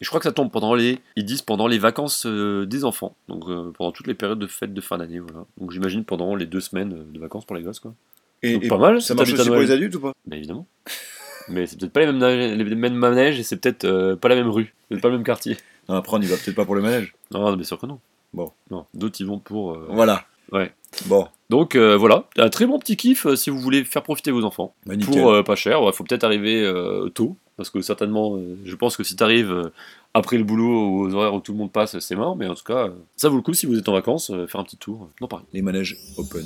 Et je crois que ça tombe pendant les, ils disent pendant les vacances euh, des enfants, donc euh, pendant toutes les périodes de fêtes de fin d'année, voilà. Donc j'imagine pendant les deux semaines euh, de vacances pour les gosses, quoi. Et- Donc et pas mal. si ça marche t'habites à aussi pour Noël. les adultes ou pas Bah, évidemment. Mais c'est peut-être pas les mêmes, nage- les mêmes manèges et c'est peut-être euh, pas la même rue, peut-être pas le même quartier. Non, après, on n'y va peut-être pas pour le manège. Non, non, bien sûr que non. Bon. Non, d'autres ils vont pour. euh, Voilà. Ouais. Bon, Donc euh, voilà, un très bon petit kiff euh, si vous voulez faire profiter vos enfants. bah, nickel. Pour euh, pas cher, il faut peut-être arriver euh, tôt, parce que certainement, euh, je pense que si t'arrives euh, après le boulot ou aux horaires où tout le monde passe, c'est mort, mais en tout cas, euh, ça vaut le coup si vous êtes en vacances, euh, faire un petit tour dans Paris. Les manèges open.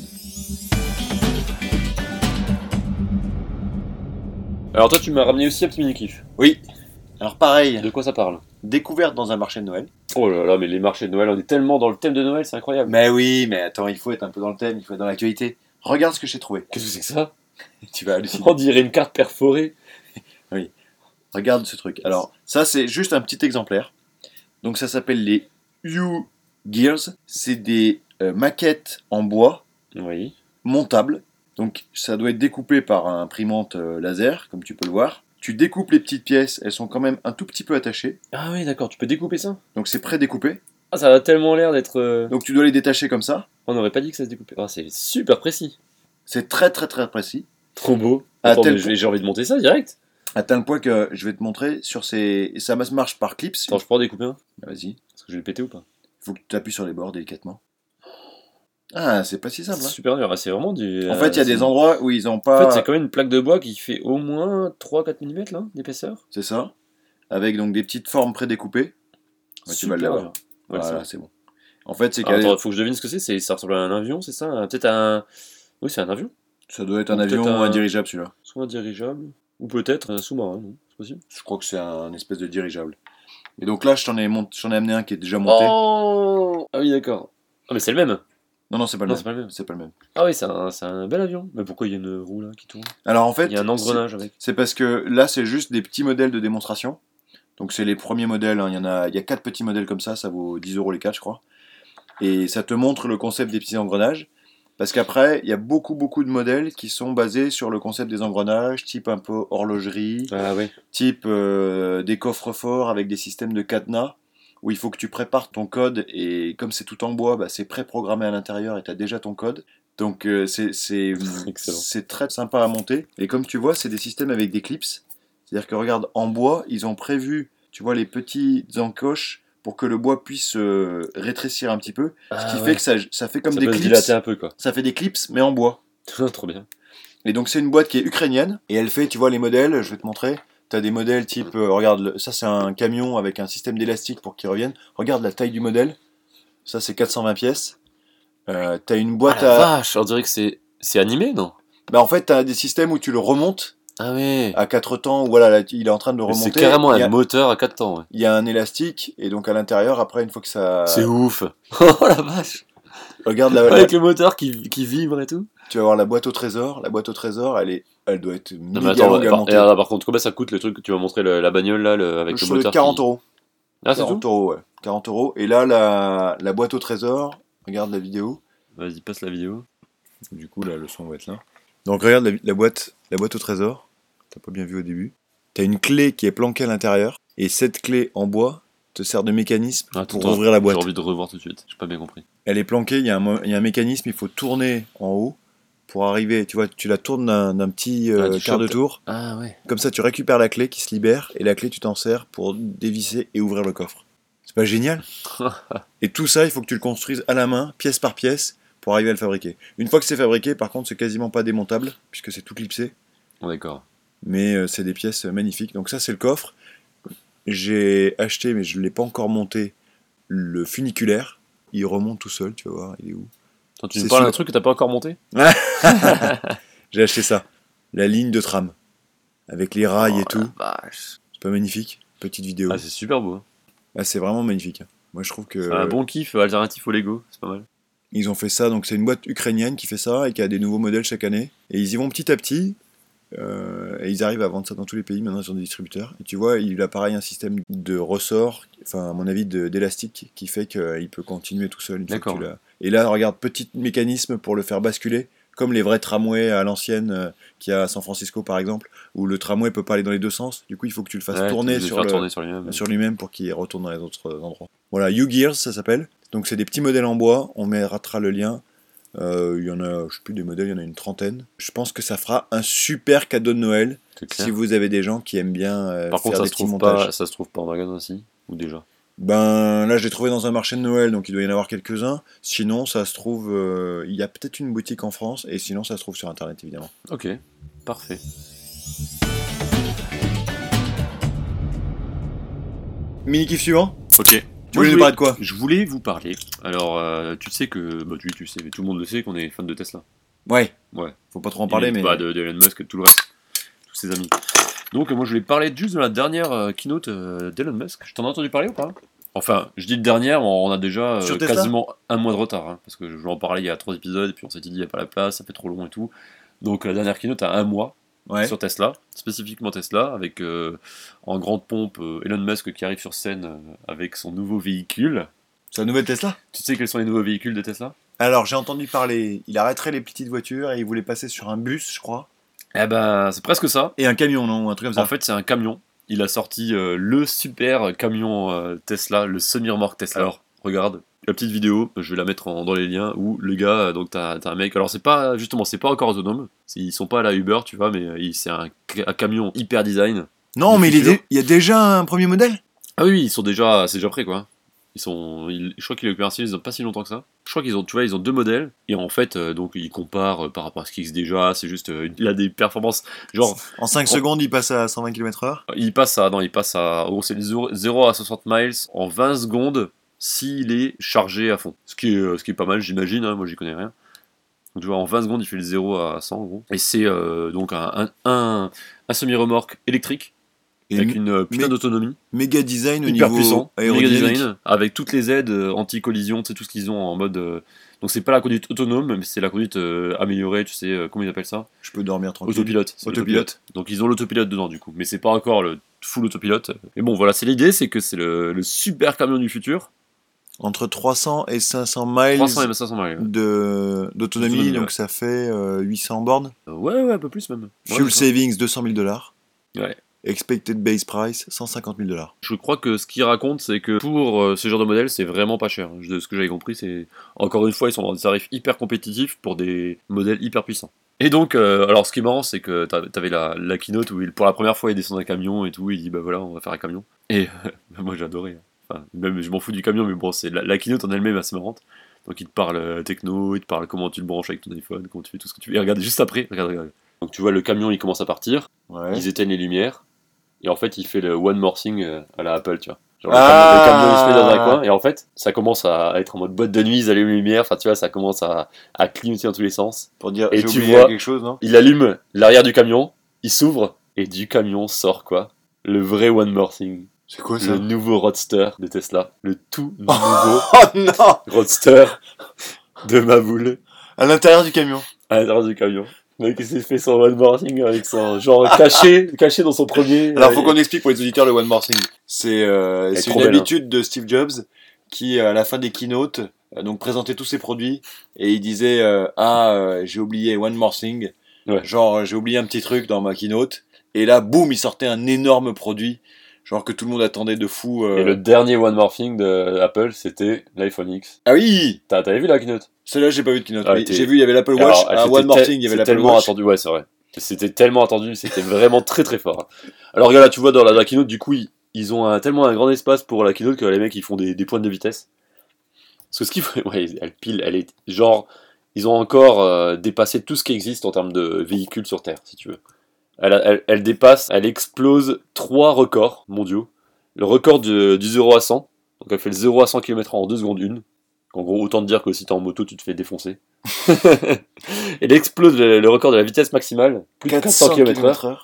Alors toi, tu m'as ramené aussi un petit mini-kiff. Oui. Alors pareil, De quoi ça parle découverte dans un marché de Noël. Oh là là, mais les marchés de Noël, on est tellement dans le thème de Noël, c'est incroyable. Mais oui, mais attends, il faut être un peu dans le thème, il faut être dans l'actualité. Regarde ce que j'ai trouvé. Qu'est-ce que c'est que ça Tu vas halluciner. On dirait une carte perforée. Regarde ce truc. Alors, ça, c'est juste un petit exemplaire. Donc, ça s'appelle les U-Gears. C'est des euh, maquettes en bois Oui. montables. Donc, ça doit être découpé par un imprimante euh, laser, comme tu peux le voir. Tu découpes les petites pièces, elles sont quand même un tout petit peu attachées. Ah oui, d'accord, tu peux découper ça Donc, c'est pré-découpé. Ah, ça a tellement l'air d'être... euh, Donc, tu dois les détacher comme ça. On n'aurait pas dit que ça se découpait. Ah, c'est super précis. Ah, C'est très, très, très précis. Trop beau. À Attends, tel mais j'ai j'ai envie de monter ça direct. À tel point que je vais te montrer sur ces. Ça marche par clips. Attends, je peux en découper un Vas-y. Est-ce que je vais le péter ou pas faut que tu appuies sur les bords délicatement. Ah, c'est pas si simple. C'est hein. super dur, ah, c'est vraiment du. En euh, fait, il y a des c'est- endroits où ils ont En pas. fait, c'est quand même une plaque de bois qui fait au moins 3-4 mm là, d'épaisseur. c'est ça. Avec donc des petites formes prédécoupées. Ouais, tu vas Super. l'avoir. Ouais, voilà, c'est c'est bon. En fait, c'est bon. Ah, qu'elle- attends, faut que je devine ce que c'est. c'est. Ça ressemble à un avion, c'est ça Un- Peut-être un. Oui, c'est un avion. ça doit être un Peut-être avion ou un- un dirigeable celui-là. Soit un dirigeable, ou peut-être un sous-marin, non C'est possible. Je crois que c'est un espèce de dirigeable. Et donc là, je t'en ai, mont- je t'en ai amené un qui est déjà monté. Oh Ah oui, d'accord. Ah, mais c'est le même Non, non, c'est pas le Non, c'est même. pas le même. C'est pas le même. Ah oui, c'est un, c'est un bel avion. Mais pourquoi il y a une roue là qui tourne Alors en fait, Il y a un engrenage avec. c'est- C'est parce que là, c'est juste des petits modèles de démonstration. Donc c'est les premiers modèles. hein. Il y en a, il y a quatre petits modèles comme ça. Ça vaut 10 euros les quatre, je crois. Et ça te montre le concept des petits engrenages. Parce qu'après, il y a beaucoup beaucoup de modèles qui sont basés sur le concept des engrenages, type un peu horlogerie, Ah oui. type euh, des coffres forts avec des systèmes de cadenas où il faut que tu prépares ton code et comme c'est tout en bois, bah, c'est préprogrammé à l'intérieur et tu as déjà ton code. Donc euh, c'est- c'est Excellent. c'est très sympa à monter. Et comme tu vois, c'est des systèmes avec des clips. C'est-à-dire que regarde, en bois, ils ont prévu tu vois, les petites encoches pour que le bois puisse euh, rétrécir un petit peu. ce qui fait que ça, ça fait comme Ah ça des peut se clips. dilater un peu, quoi. Ça fait des clips, mais en bois. Trop bien. Et donc, c'est une boîte qui est ukrainienne. Et elle fait, tu vois, les modèles, je vais te montrer. T'as des modèles type, euh, regarde, le- ça c'est un camion avec un système d'élastique pour qu'il revienne. Regarde la taille du modèle. Ça c'est 420 pièces. Euh, t'as une Ah boîte la à. vache, on dirait que c'est c'est animé, non Bah en fait, t'as des systèmes où tu le remontes Ah ouais. à quatre temps. où, Voilà, là, il est en train de le Mais remonter. C'est carrément il y, un a, moteur à 4 temps, ouais. il y a un élastique et donc à l'intérieur, après, une fois que ça. C'est ouf. oh la vache. Regarde la, la- Avec le moteur qui, qui vibre et tout. tu vas voir la boîte au trésor. La boîte au trésor, elle est, elle doit être méga Non mais attends, longue à par, monter. et alors, par contre, combien ça coûte le truc que tu m'as montré, le- la bagnole là, le- avec Je le suis moteur de 40 qui- euros. Ah c'est tout 40 euros, ouais. 40 euros. Et là, la, la boîte au trésor, regarde la vidéo. Vas-y, passe la vidéo. Du coup, là, le son va être là. Donc, regarde la, la boîte, la boîte au trésor. T'as pas bien vu au début. T'as une clé qui est planquée à l'intérieur. Et cette clé en bois te sert de mécanisme Attends, pour ouvrir la boîte. J'ai envie de revoir tout de suite. J'ai pas bien compris. Elle est planquée, il y, a un mo- il y a un mécanisme, il faut tourner en haut pour arriver. Tu vois, tu la tournes d'un d'un petit euh, Ah, tu quart de chopes. tour. Ah ouais. Comme ça, tu récupères la clé qui se libère et la clé, tu t'en sers pour dévisser et ouvrir le coffre. C'est pas génial Et tout ça, il faut que tu le construises à la main, pièce par pièce, pour arriver à le fabriquer. Une fois que c'est fabriqué, par contre, c'est quasiment pas démontable, puisque c'est tout clipsé, Bon, D'accord. mais euh, c'est des pièces euh, magnifiques. Donc ça, c'est le coffre. J'ai acheté, mais je ne l'ai pas encore monté, le funiculaire. Il remonte tout seul, tu vas voir, il est où Attends, tu C'est me parles sous- d'un truc que t'as pas encore monté J'ai acheté ça, la ligne de tram, avec les rails Oh et tout. C'est pas magnifique Petite vidéo. Ah c'est super beau. hein. Ah, c'est vraiment magnifique. Moi, je trouve que C'est un bon kiff euh, alternatif au Lego, c'est pas mal. ils ont fait ça. Donc, c'est une boîte ukrainienne qui fait ça et qui a des nouveaux modèles chaque année. Et ils y vont petit à petit. euh, et ils arrivent à vendre ça dans tous les pays. Maintenant, ils ont des distributeurs. Et tu vois, il a pareil un système de ressort, enfin, à mon avis, de- d'élastique, qui fait qu'il peut continuer tout seul. une fois que D'accord. tu l'as. Et là, regarde, petit mécanisme pour le faire basculer, comme les vrais tramways à l'ancienne euh, qu'il y a à San Francisco, par exemple, où le tramway peut pas aller dans les deux sens. Du coup, il faut que tu le fasses Ouais, tourner de sur faire le, tourner sur lui-même. sur lui-même pour qu'il retourne dans les autres euh, endroits. Voilà, U-Gears, ça s'appelle. Donc, c'est des petits modèles en bois. On mettra le lien. Euh, Il y en a, je sais plus, des modèles, il y en a une trentaine. Je pense que ça fera un super cadeau de Noël C'est clair. si vous avez des gens qui aiment bien euh, Par faire contre, ça des se petits trouve montages. pas, ça se trouve pas en magasin aussi ou déjà. Ben là, je l'ai trouvé dans un marché de Noël, donc il doit y en avoir quelques-uns. Sinon, ça se trouve, euh, il y a peut-être une boutique en France, et sinon, ça se trouve sur Internet, évidemment. Ok, parfait. Mini kiff suivant. Ok. Tu voulais nous parler de quoi Je voulais vous parler. Alors, euh, tu sais que, bah, tu, tu sais, mais tout le monde le sait qu'on est fan de Tesla. Ouais. Ouais. Faut pas trop en parler, Et mais bah, de, de Elon Musk et tout le reste, tous ses amis. Donc, euh, moi, je voulais parler juste de la dernière euh, keynote euh, d'Elon Musk. Je t'en ai entendu parler ou pas Enfin, je dis de dernière, on on a déjà euh, Sur Tesla quasiment un mois de retard, hein, parce que je voulais en parler il y a trois épisodes, et puis on s'est dit il n'y a pas la place, ça fait trop long et tout. Donc la dernière keynote a un mois, ouais. sur Tesla, spécifiquement Tesla, avec euh, en grande pompe euh, Elon Musk qui arrive sur scène euh, avec son nouveau véhicule. C'est la nouvelle Tesla. Tu sais quels sont les nouveaux véhicules de Tesla Alors, j'ai entendu parler, il arrêterait les petites voitures et il voulait passer sur un bus, je crois. Eh ben, c'est presque ça. Et un camion, non ou Un truc comme ça. En fait, c'est un camion. Il a sorti euh, le super camion euh, Tesla, le semi-remorque Tesla. Alors, regarde la petite vidéo, je vais la mettre en- dans les liens où le gars, euh, donc t'as t'as un mec. Alors, c'est pas justement, c'est pas encore autonome. C'est- Ils sont pas à la Uber, tu vois, mais euh, il- c'est un, ca- un camion hyper design. non, du mais il, est futur. dé- il y a déjà un premier modèle Ah oui, oui, ils sont déjà, c'est déjà prêt quoi. Ils sont, ils- je crois qu'ils le commercialisent dans pas si longtemps que ça. Je crois qu'ils ont, tu vois, ils ont deux modèles et en fait, euh, donc ils comparent euh, par rapport à ce qui existe déjà. C'est juste, euh, il a des performances. Genre, En 5 Oh. secondes, il passe à 120 km/h. il passe à, non, il passe à, en gros, c'est 0 à 60 miles en 20 secondes s'il est chargé à fond. Ce qui est, euh, ce qui est pas mal, j'imagine. hein, moi, j'y connais rien. Donc, tu vois, en 20 secondes, il fait le 0 à 100 en gros. Et c'est euh, donc un, un, un- un semi-remorque électrique Et avec une euh, putain mais- d'autonomie. méga design au hyper niveau puissant, méga aérodynamique. design, avec toutes les aides euh, anti-collision, tu sais, tout ce qu'ils ont en mode. euh, donc, c'est pas la conduite autonome, mais c'est la conduite euh, améliorée, tu sais, euh, comment ils appellent ça Je peux dormir tranquille. Autopilote. c'est Autopilote. Donc, ils ont l'autopilote dedans, du coup, mais c'est pas encore le full autopilote. Mais bon, voilà, c'est l'idée, c'est que c'est le, le super camion du futur. Entre 300 et 500 miles 300 et 500 miles. de- d'autonomie, D'autonomie, donc ouais. ça fait euh, 800 bornes. Euh, Ouais, ouais, un peu plus même. Ouais, Fuel c'est ça. savings, 200 000 dollars. Ouais. Expected base price, 150 000 dollars. Je crois que ce qu'ils racontent, c'est que pour euh, ce genre de modèle, c'est vraiment pas cher. Je- De ce que j'avais compris, c'est encore une fois, ils sont dans des tarifs hyper compétitifs pour des modèles hyper puissants. Et donc, euh, alors ce qui est marrant, c'est que t'a- t'avais la, la keynote où il, pour la première fois il descend d'un camion et tout, il dit bah voilà, on va faire un camion. Et euh, moi j'ai adoré. Enfin, même je m'en fous du camion, mais bon, c'est la, la keynote en elle-même est assez marrante. Donc il te parle euh, techno, il te parle comment tu le branches avec ton iPhone, comment tu fais tout ce que tu veux. Et regarde, juste après, regarde, regarde. Donc tu vois le camion, il commence à partir, Ouais. ils éteignent les lumières, et en fait il fait le one more thing euh, à la Apple, tu vois. Genre, Ah. le, camion, le camion, il se met dans un coin, et en fait ça commence à être en mode boîte de nuit, ils allument les lumières, enfin tu vois, ça commence à, à clignoter dans tous les sens. Pour dire, Et j'ai tu oublié vois- quelque chose, non Il allume l'arrière du camion, il s'ouvre, et du camion sort quoi Le vrai One More Thing. C'est quoi Le nouveau Roadster de Tesla. Le tout nouveau Oh non Roadster de Maboule À l'intérieur du camion. à l'intérieur du camion. Le Mec, il s'est fait son One More Thing avec son genre caché, caché dans son premier. Alors, faut euh, qu'on explique pour les auditeurs le one more thing. C'est euh, Elle est c'est trop une belle, hein. habitude de Steve Jobs qui, à la fin des keynotes, euh, donc présentait tous ses produits et il disait euh, Ah, euh, j'ai oublié one more thing. Ouais. Genre, euh, j'ai oublié un petit truc dans ma keynote. Et là, boum, il sortait un énorme produit, genre que tout le monde attendait de fou. euh. Et le dernier One More Thing de Apple, c'était l'iPhone X. Ah oui T'as- T'avais vu la keynote Celle-là, j'ai pas vu de keynote. Ah, mais t'es- j'ai vu, il y avait l'Apple Alors, Watch. elle Ah, s'était one more tel- thing, il y c'était avait l'Apple tellement Watch. attendu, ouais, c'est vrai. C'était tellement attendu, c'était vraiment très très fort. hein. Alors, regarde, là, tu vois, dans la, la keynote, du coup, ils, ils ont un- tellement un grand espace pour la keynote que les mecs, ils font des, des pointes de vitesse. Parce que ce qu'ils font, ouais, elle pile, elle est genre, ils ont encore euh, dépassé tout ce qui existe en termes de véhicules sur Terre, si tu veux. Elle, a- elle- elle dépasse, elle explose trois records mondiaux. Le record de- du 0 à 100, donc elle fait le 0 à 100 km en 2 secondes 1. En gros, autant te dire que si t'es en moto, tu te fais défoncer. elle explose le, le record de la vitesse maximale, plus de 400 km/h. km/h.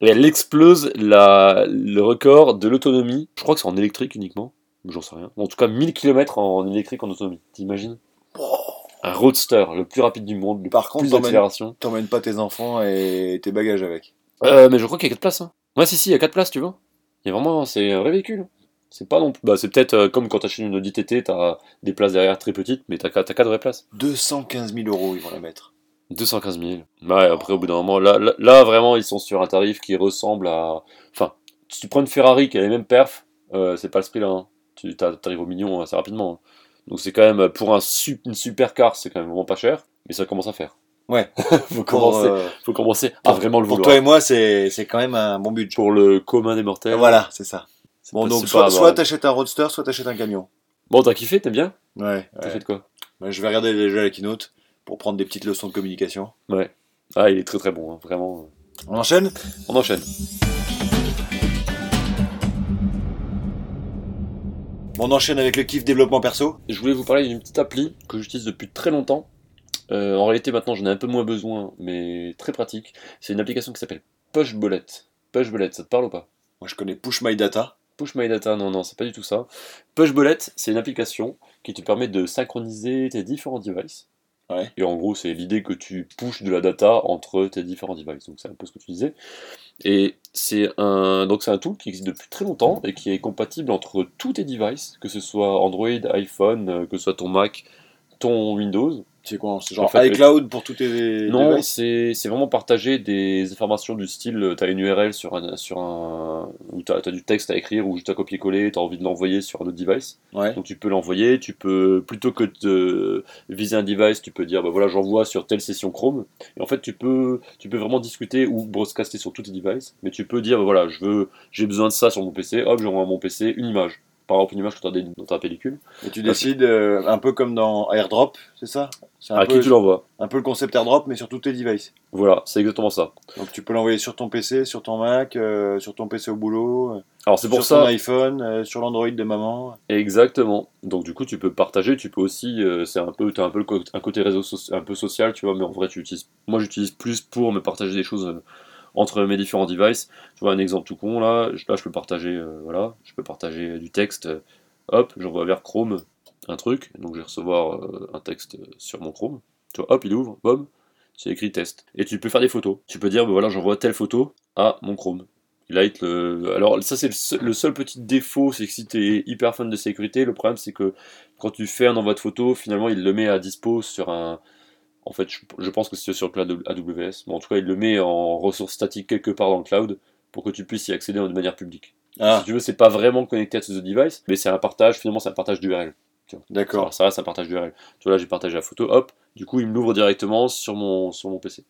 Et elle explose la, le record de l'autonomie. Je crois que c'est en électrique uniquement. mais J'en sais rien. En tout cas, 1000 km en électrique en autonomie. T'imagines Un roadster, le plus rapide du monde, le Par plus contre, plus t'emmènes- d'accélération. T'emmènes pas tes enfants et tes bagages avec. Euh, mais je crois qu'il y a 4 places. Hein. Ouais, si, si, il y a 4 places, tu vois. Il y a vraiment, c'est un vrai véhicule. C'est pas non plus. Bah, c'est peut-être euh, comme quand t'achètes une Audi TT, t'as des places derrière très petites, mais t'as 4 vraies places. 215 000 euros, ils vont la mettre. 215 000. Ouais, après, au bout d'un moment, là, là, là, vraiment, ils sont sur un tarif qui ressemble à. Enfin, si tu prends une Ferrari qui a les mêmes perfs, euh, c'est pas le prix là. Tu t'as- t'arrives au million assez rapidement. hein. Donc, c'est quand même, euh, pour un sup- une super car, c'est quand même vraiment pas cher, mais ça commence à faire. Ouais. faut, commencer, Pour, euh, faut commencer à vraiment le Pour vouloir. toi et moi, c'est c'est quand même un bon budget. Pour le commun des mortels. Voilà, c'est ça. c'est Bon, pas- hein. donc c'est soit pas soit abordable. t'achètes un roadster, soit t'achètes un camion. Bon, t'as kiffé, t'aimes bien Ouais. T'as fait de quoi Bah, je vais regarder déjà la keynote pour prendre des petites leçons de communication. Ouais. Ah, il est très très bon, hein, vraiment. On enchaîne On enchaîne. Bon, On enchaîne avec le kiff développement perso. Je voulais vous parler d'une petite appli que j'utilise depuis très longtemps. Euh, en réalité, maintenant, j'en ai un peu moins besoin, mais très pratique. C'est une application qui s'appelle Push Bullet. Push Bullet, ça te parle ou pas Moi, je connais Push My Data. Push My Data, non, non, c'est pas du tout ça. Push Bullet, c'est une application qui te permet de synchroniser tes différents devices. Ouais. Et en gros, c'est l'idée que tu pushes de la data entre tes différents devices. Donc, c'est un peu ce que tu disais. Et c'est un, donc c'est un tool qui existe depuis très longtemps et qui est compatible entre tous tes devices, que ce soit Android, iPhone, euh, que ce soit ton Mac, ton Windows. C'est quoi C'est genre En fait, iCloud pour tous tes Non, devices c'est c'est vraiment partager des informations du style, euh, t'as une URL sur un, sur un ou t'as as du texte à écrire ou juste à copier-coller, t'as envie de l'envoyer sur un autre device. Ouais. Donc tu peux l'envoyer, tu peux plutôt que de viser un device, tu peux dire bah voilà j'envoie sur telle session Chrome. Et en fait tu peux tu peux vraiment discuter ou broadcaster sur tous tes devices, mais tu peux dire bah, voilà je veux j'ai besoin de ça sur mon PC, hop j'envoie à mon PC une image. Par exemple une image que t'as dans ta pellicule. Et tu décides euh, un peu comme dans AirDrop, c'est ça C'est un, À Ah, qui peu- tu l'envoies. un peu le concept AirDrop, mais sur tous tes devices. Voilà, c'est exactement ça. Donc tu peux l'envoyer sur ton PC, sur ton Mac, euh, sur ton PC au boulot, euh, Alors c'est pour sur ça. ton iPhone, euh, sur l'Android de maman. Exactement. Donc du coup, tu peux partager, tu peux aussi, euh, c'est un peu, t'as un peu le co- un côté réseau soci- un peu social, tu vois, mais en vrai, tu utilises, moi j'utilise plus pour me partager des choses euh, entre mes différents devices. Tu vois, un exemple tout con là, je, là je peux partager, euh, voilà, je peux partager du texte. euh, hop, j'envoie vers Chrome un truc, donc je vais recevoir euh, un texte euh, sur mon Chrome. Tu vois, hop, il ouvre, boum, c'est écrit test. Et tu peux faire des photos. Tu peux dire, ben voilà, j'envoie telle photo à mon Chrome. Là, il te le- Alors, ça, c'est le seul, le seul petit défaut, c'est que si tu es hyper fan de sécurité, le problème, c'est que quand tu fais un envoi de photo, finalement, il le met à dispo sur un. En fait, je, je pense que c'est sur le cloud AWS, mais en tout cas, il le met en ressource statique quelque part dans le cloud pour que tu puisses y accéder de manière publique. Ah, Si tu veux, c'est pas vraiment connecté à ce device, mais c'est un partage, finalement, c'est un partage d'URL. d'accord. Alors, ça, reste un partage d'URL. Tu vois, là, j'ai partagé la photo, hop, du coup, il me l'ouvre directement sur mon, sur mon PC.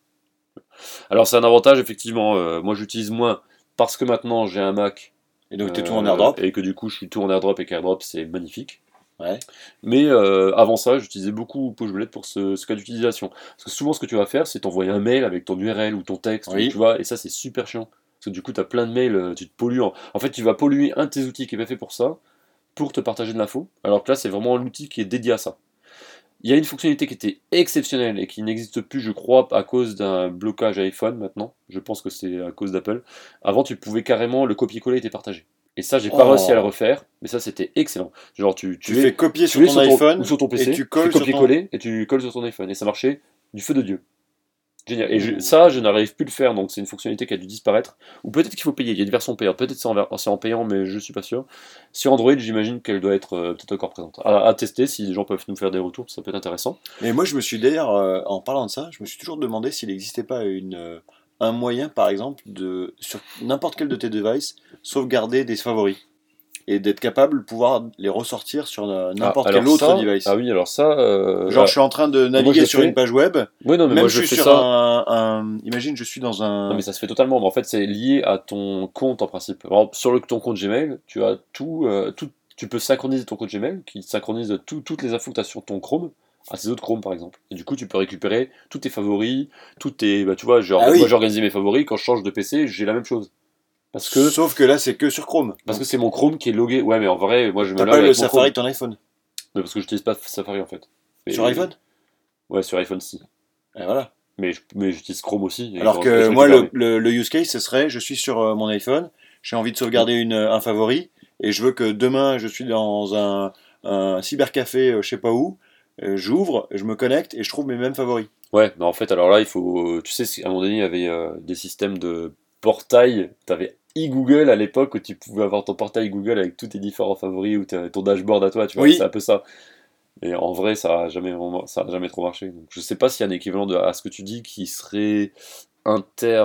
Alors c'est un avantage, effectivement. euh, moi j'utilise moins parce que maintenant j'ai un Mac. Et donc, t'es euh, tout en airdrop. Et que du coup je suis tout en airdrop et qu'airdrop c'est magnifique. Ouais. Mais euh, avant ça, j'utilisais beaucoup Postgres pour ce, ce cas d'utilisation. Parce que souvent ce que tu vas faire, c'est t'envoyer un mail avec ton URL ou ton texte, Oui. tu vois, et ça c'est super chiant. Parce que du coup, tu as plein de mails, euh, tu te pollues. En... en fait, tu vas polluer un de tes outils qui est pas fait pour ça, pour te partager de l'info. Alors que là, c'est vraiment l'outil qui est dédié à ça. Il y a une fonctionnalité qui était exceptionnelle et qui n'existe plus, je crois, à cause d'un blocage iPhone maintenant. Je pense que c'est à cause d'Apple. Avant, tu pouvais carrément le copier-coller et t'es partagé. Et ça, j'ai pas Oh. réussi à le refaire, mais ça, c'était excellent. Genre, tu, Tu, es- fais copier tu sur es ton iPhone. ou sur ton PC, et tu colles sur ton- copier-coller et tu colles sur ton iPhone. Et ça marchait du feu de Dieu. Génial. Et Mmh. je- ça, je n'arrive plus à le faire, donc c'est une fonctionnalité qui a dû disparaître. Ou peut-être qu'il faut payer, il y a une version payante. Peut-être c'est en, ver- c'est en payant, mais je suis pas sûr. Sur Android, j'imagine qu'elle doit être euh, peut-être encore présente. À, à tester, si les gens peuvent nous faire des retours, ça peut être intéressant. Et moi, je me suis d'ailleurs, euh, en parlant de ça, je me suis toujours demandé s'il n'existait pas une, euh, un moyen, par exemple, de, sur n'importe quel de tes devices, sauvegarder des favoris. Et d'être capable de pouvoir les ressortir sur euh, n'importe Ah, alors quel autre ça- device. Ah oui, alors ça. euh, Genre, ah, je suis en train de je naviguer le sur fais. une page web, oui, non, mais même moi je je suis fais sur ça. un, un- Imagine, je suis dans un. Non, mais ça se fait totalement. Mais en fait, c'est lié à ton compte en principe. Alors, sur le, ton compte Gmail, tu as tout, euh, tout. Tu peux synchroniser ton compte Gmail qui synchronise tout- toutes les infos que tu as sur ton Chrome à tes autres Chrome par exemple. Et du coup, tu peux récupérer tous tes favoris, tous tes. Bah, tu vois, genre, Ah oui. moi j'ai organisé mes favoris. Quand je change de PC, j'ai la même chose. Parce que Sauf que là, c'est que sur Chrome. parce que c'est mon Chrome qui est logué. Ouais, mais en vrai, moi je me T'as log pas avec le mon Safari Chrome. de ton iPhone. Mais parce que je n'utilise pas Safari en fait. Et- Sur iPhone Ouais, sur iPhone si. Et voilà. Mais je- mais j'utilise Chrome aussi. Et Alors je- je que récupère moi, mes- le, le- le use case, ce serait je suis sur euh, mon iPhone, j'ai envie de sauvegarder une, euh, un favori, et je veux que demain, je suis dans un, un cybercafé, euh, je sais pas où, euh, j'ouvre, je me connecte et je trouve mes mêmes favoris. Ouais, mais en fait, alors là, il faut. euh, Tu sais, c'est- à un moment donné, il y avait euh, des systèmes de portail. Tu avais e-Google à l'époque où tu pouvais avoir ton portail Google avec tous tes différents favoris ou ta- ton dashboard à toi, tu vois. Oui. C'est un peu ça. Et en vrai, ça a jamais, vraiment- ça a jamais trop marché. Donc, je sais pas s'il y a un équivalent de, à ce que tu dis qui serait inter.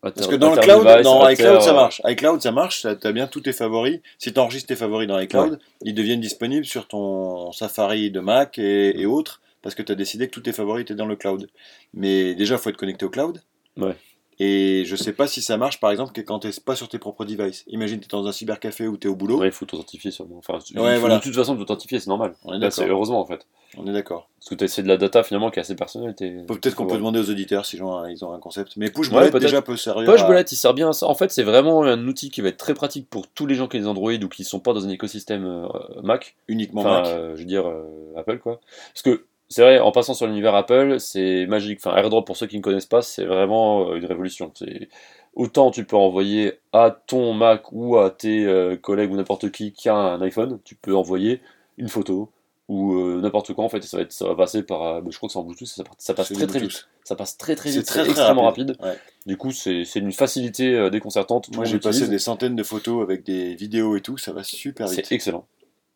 Parce que dans le cloud, dans iCloud, ça marche. iCloud, ça marche, ça- t'as bien tous tes favoris. Si t'enregistres tes favoris dans iCloud, ils deviennent disponibles sur ton Safari de Mac et, et autres, parce que t'as décidé que tous tes favoris étaient dans le cloud. Mais déjà, faut être connecté au cloud. Ouais. Et je sais pas si ça marche, par exemple, que quand t'es pas sur tes propres devices. Imagine, t'es dans un cybercafé ou t'es au boulot. euh, Ouais, il faut t'authentifier sûrement. Enfin, tu- Ouais, faut- voilà. de toute façon, t'authentifier, c'est normal. On est Là, c'est d'accord. heureusement, en fait. On est d'accord. Parce que t'as- c'est de la data finalement qui est assez personnelle. t'es- Peut-être qu'on Ouais. peut demander aux auditeurs si genre, ils ont un concept. Mais push Ouais, peut-être. déjà peut servir. Poche à- Bullet, il sert bien à ça. En fait, c'est vraiment un outil qui va être très pratique pour tous les gens qui ont des Android ou qui ne sont pas dans un écosystème euh, Mac. uniquement Enfin, Mac. euh, je veux dire euh, Apple, quoi. Parce que c'est vrai, en passant sur l'univers Apple, c'est magique. Enfin, AirDrop, pour ceux qui ne connaissent pas, c'est vraiment euh, une révolution. C'est Autant tu peux envoyer à ton Mac ou à tes euh, collègues ou n'importe qui qui a un iPhone, tu peux envoyer une photo ou euh, n'importe quoi en fait, et ça va, être, ça va passer par. euh, je crois que c'est en Bluetooth, ça, ça passe C'est très très Bluetooth. vite ça passe très très C'est vite, très, c'est très extrêmement rapide. rapide. Ouais. Du coup, c'est c'est d'une facilité euh, déconcertante. Tout Moi, le monde j'ai passé l'utilise. des centaines de photos avec des vidéos et tout, ça va super vite. C'est excellent.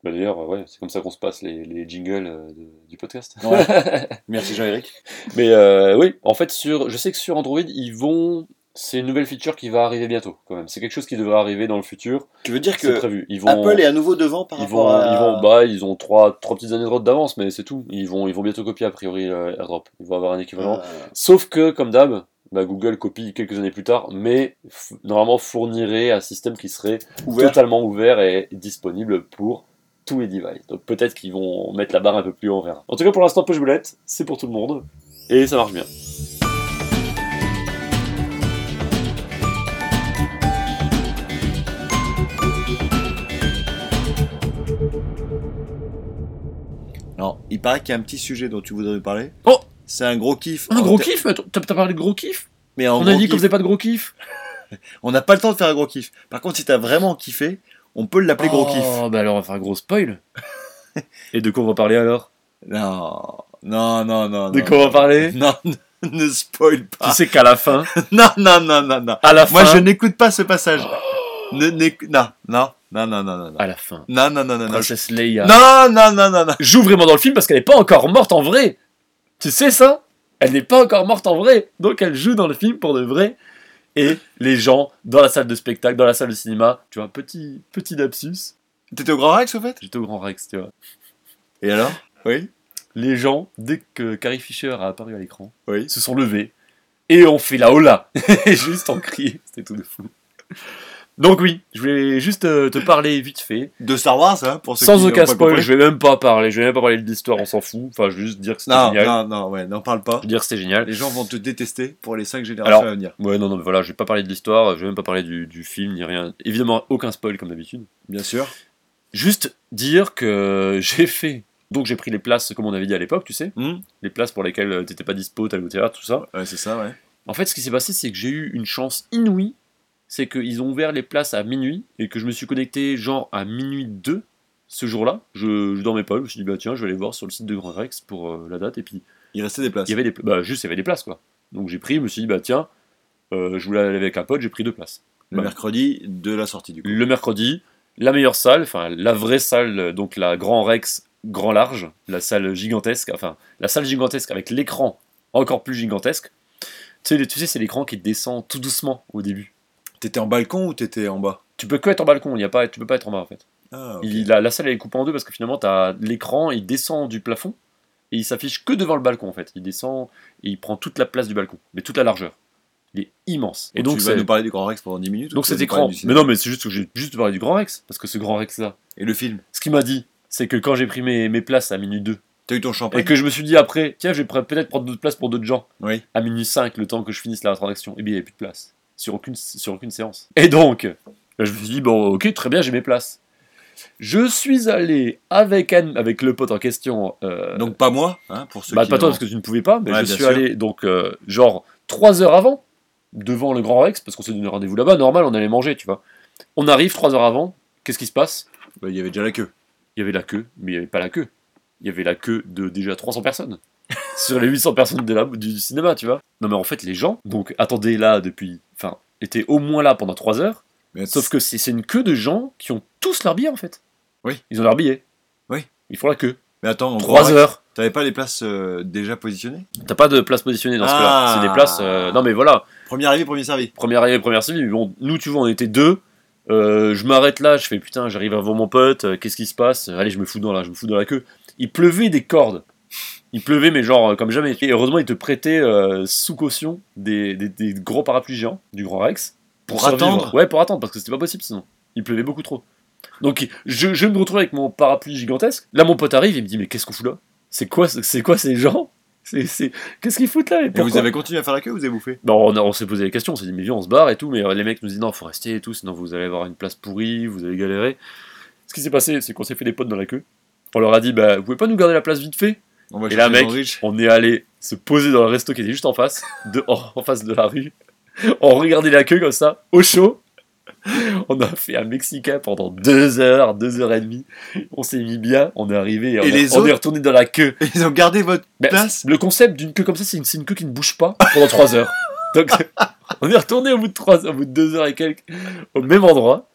Bah, D'ailleurs, euh, ouais, c'est comme ça qu'on se passe les, les jingles euh, de- du podcast. Ouais. Merci Jean-Éric. Mais euh, oui, en fait, sur, je sais que sur Android, ils vont. C'est une nouvelle feature qui va arriver bientôt, quand même. C'est quelque chose qui devrait arriver dans le futur. Tu veux dire C'est que prévu. Ils vont. Apple est à nouveau devant par Ils vont, rapport à... ils vont, bah, ils ont trois, trois petites années de route d'avance, mais c'est tout. Ils vont, ils vont bientôt copier a priori euh, AirDrop. Ils vont avoir un équivalent. Euh, Sauf que, comme d'hab, bah, Google copie quelques années plus tard, mais f- normalement fournirait un système qui serait ouvert. totalement ouvert et disponible pour tous les devices. Donc peut-être qu'ils vont mettre la barre un peu plus haut, on verra. En tout cas, pour l'instant, Push Bullet, c'est pour tout le monde, et ça marche bien. Alors, il paraît qu'il y a un petit sujet dont tu voudrais nous parler. Oh C'est un gros kiff. En ter- kiff T'as parlé de gros kiff Mais en gros kiff, pas de Ah, gros kiff on n'a pas le temps de faire un gros kiff. Par contre, si t'as vraiment kiffé, on peut l'appeler gros kiff. bah alors on va faire un gros spoil Et de quoi on va parler alors Non, non, non, non. De non. quoi on va parler Non, ne- ne spoil Tu pas. sais qu'à la fin, Non, non, non, non, non. à la Moi, je fin, n'écoute pas ce passage. Ne, n'éc- non, non, non, non, non, non, non. à la fin, Non, non, non, non, non. Princess Leia Non, non, non, non, non. joue vraiment dans le film parce qu'elle n'est pas encore morte en vrai. Tu sais ça Elle n'est pas encore morte en vrai. Donc elle joue dans le film pour de vrai. Et les gens dans la salle de spectacle, dans la salle de cinéma, tu vois, petit, petit lapsus. T'étais au Grand Rex, au fait J'étais au Grand Rex, tu vois. Et alors Oui. Les gens, dès que Carrie Fisher a apparu à l'écran, Oui. se sont levés et on fait la hola Juste en crier, c'était tout de fou. Donc oui, je voulais juste euh, te parler vite fait. De Star Wars, hein, pour ceux Sans qui n'ont aucun pas spoil, compris. je vais même pas parler, je vais même pas parler de l'histoire, on s'en fout. Enfin, je vais juste dire que c'était Non, génial. non, non, ouais, n'en parle pas. Je vais dire que c'était génial. Les gens vont te détester pour les 5 générations Alors, à venir. Ouais, non, non, mais voilà, je vais pas parler de l'histoire, je vais même pas parler du, du film, ni rien. Évidemment, aucun spoil comme d'habitude. Bien sûr. Juste dire que j'ai fait. Donc j'ai pris les places, comme on avait dit à l'époque, tu sais, Hmm les places pour lesquelles euh, t'étais pas dispo, t'allais au théâtre, tout ça. Ouais, c'est ça, ouais. En fait, ce qui s'est passé, c'est que j'ai eu une chance inouïe. C'est qu'ils ont ouvert les places à minuit et que je me suis connecté genre à minuit 2 ce jour-là. Je, je dormais pas, je me suis dit, bah tiens, je vais aller voir sur le site de Grand Rex pour euh, la date. Et puis, Il restait des places. il y avait des, pla- bah, juste, il y avait des places quoi. Donc j'ai pris, je me suis dit, bah tiens, euh, je voulais aller avec un pote, j'ai pris deux places. Le mercredi de la sortie du coup. le mercredi, la meilleure salle, enfin la vraie salle, euh, donc la Grand Rex Grand Large, la salle gigantesque, enfin la salle gigantesque avec l'écran encore plus gigantesque. Tu sais, le- tu sais, c'est l'écran qui descend tout doucement au début. T'étais en balcon ou t'étais en bas Tu peux que être en balcon, il y a pas, tu peux pas être en bas en fait. Ah, ok. Il- la, la salle elle est coupée en deux parce que finalement t'as l'écran, il descend du plafond et il s'affiche que devant le balcon en fait. Il descend et il prend toute la place du balcon, mais toute la largeur. Il est immense. Et donc tu vas c'est- nous parler du Grand Rex pendant 10 minutes. donc ou tu vas cet nous parler écran. du cinéma Mais non, mais c'est juste que j'ai juste parlé du Grand Rex parce que ce Grand Rex là. Et le film. Ce qu'il m'a dit, c'est que quand j'ai pris mes, mes places à minute 2, T'as eu ton et champagne que je me suis dit après, tiens, je vais pre- peut-être prendre d'autres places pour d'autres gens, Oui. à minute 5, le temps que je finisse la transaction, et bien il n'y avait plus de place, sur aucune, sur aucune séance. Et donc, je me suis dit, bon, ok, très bien, j'ai mes places. Je suis allé avec, Anne, avec le pote en question, euh, Donc pas moi, hein, pour ceux bah, qui. pas toi n'ont- parce que tu ne pouvais pas, mais Ouais, je bien suis sûr. allé donc euh, genre 3 heures avant, devant le Grand Rex, parce qu'on s'est donné rendez-vous là-bas, normal, on allait manger, tu vois. On arrive 3 heures avant, qu'est-ce qui se passe Bah, il y avait déjà la queue. il y avait la queue, mais il n'y avait pas la queue. Il y avait la queue de déjà 300 personnes. sur les 800 personnes de la, du, du cinéma, tu vois. Non, mais en fait, les gens, donc, attendaient là depuis. Enfin, étaient au moins là pendant 3 heures. Mais Sauf que c'est c'est une queue de gens qui ont tous leur billet, en fait. Oui. Ils ont leur billet. Oui. Ils font la queue. Mais attends, au Grand 3 Rex, heures. T'avais pas les places euh, déjà positionnées T'as pas de place positionnée dans ce Ah. cas-là. C'est des places. euh, non, mais voilà. Premier arrivé, premier servi. Première arrivée, première servie. Bon, nous, tu vois, on était deux. Euh, je m'arrête là, je fais putain, j'arrive avant mon pote, euh, qu'est-ce qui se passe Allez, je me fous dans la, je me fous dans la queue. Il pleuvait des cordes. Il pleuvait, mais genre euh, comme jamais. Et heureusement, ils te prêtaient euh, sous caution des, des- des gros parapluies géants du Grand Rex Pour survivre. attendre Ouais, pour attendre parce que c'était pas possible sinon. Il pleuvait beaucoup trop. Donc je, je me retrouve avec mon parapluie gigantesque. Là, mon pote arrive, il me dit mais qu'est-ce qu'on fout là C'est quoi, ce- c'est quoi ces gens C'est c'est- qu'est-ce qu'ils foutent là et Et vous pourquoi avez continué à faire la queue ou vous avez bouffé bah, on, a- on s'est posé des questions, on s'est dit mais viens on se barre et tout, mais euh, les mecs nous disent non faut rester et tout, sinon vous allez avoir une place pourrie, vous allez galérer. Ce qui s'est passé c'est qu'on s'est fait des potes dans la queue. On leur a dit bah vous pouvez pas nous garder la place vite fait On va Et là, chercher mec, les sandwichs. On est allé se poser dans le resto qui était juste en face, de, en, en face de la rue. On regardait la queue comme ça, au chaud. On a fait un Mexicain pendant deux heures, deux heures et demie. On s'est mis bien, on est arrivé et on, Et a- les on est autres retourné dans la queue. Ils ont gardé votre Mais place Bah, Le concept d'une queue comme ça, c'est une, c'est une queue qui ne bouge pas pendant 3 heures. Donc, on est retourné au bout de 3 au bout de 2 heures et quelques, au même endroit.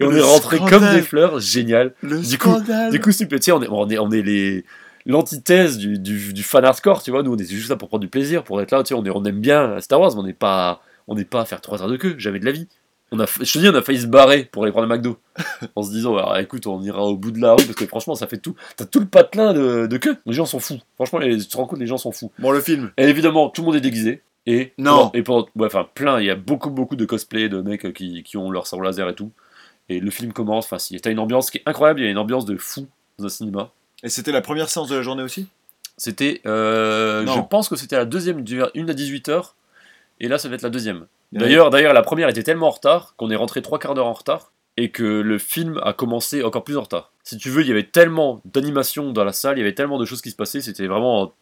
Et on Le est rentré scandale. comme des fleurs, génial. Le Du coup- scandale Du coup, si petit, on est, on est, on est les l'antithèse du, du, du fan hardcore, tu vois. Nous, on est juste là pour prendre du plaisir, pour être là. Tu sais, on, est, on aime bien Star Wars, mais on n'est pas, on n'est pas à faire 3 heures de queue, jamais de la vie. On a, fa- je te dis, on a failli se barrer pour aller prendre un McDo. En se disant, bah, écoute, on ira au bout de la rue, parce que franchement, ça fait tout. T'as tout le patelin de, de queue. Les gens sont fous. Franchement, les- tu te rends compte, les gens sont fous. Bon, le film. Et évidemment, tout le monde est déguisé. Et Non. Et pendant- ouais, enfin, plein. Il y a beaucoup, beaucoup de cosplays de mecs euh, qui, qui ont leur sabre laser et tout. Et le film commence. Enfin, si, t'as une ambiance qui est incroyable. Il y a une ambiance de fou dans un cinéma. Et c'était la première séance de la journée aussi C'était, euh, Non. je pense que c'était la deuxième, du- une à 18h. Et là, ça va être la deuxième. Ouais. D'ailleurs, d'ailleurs, la première était tellement en retard qu'on est rentré trois quarts d'heure en retard et que le film a commencé encore plus en retard. Si tu veux, il y avait tellement d'animation dans la salle, il y avait tellement de choses qui se passaient, c'était vraiment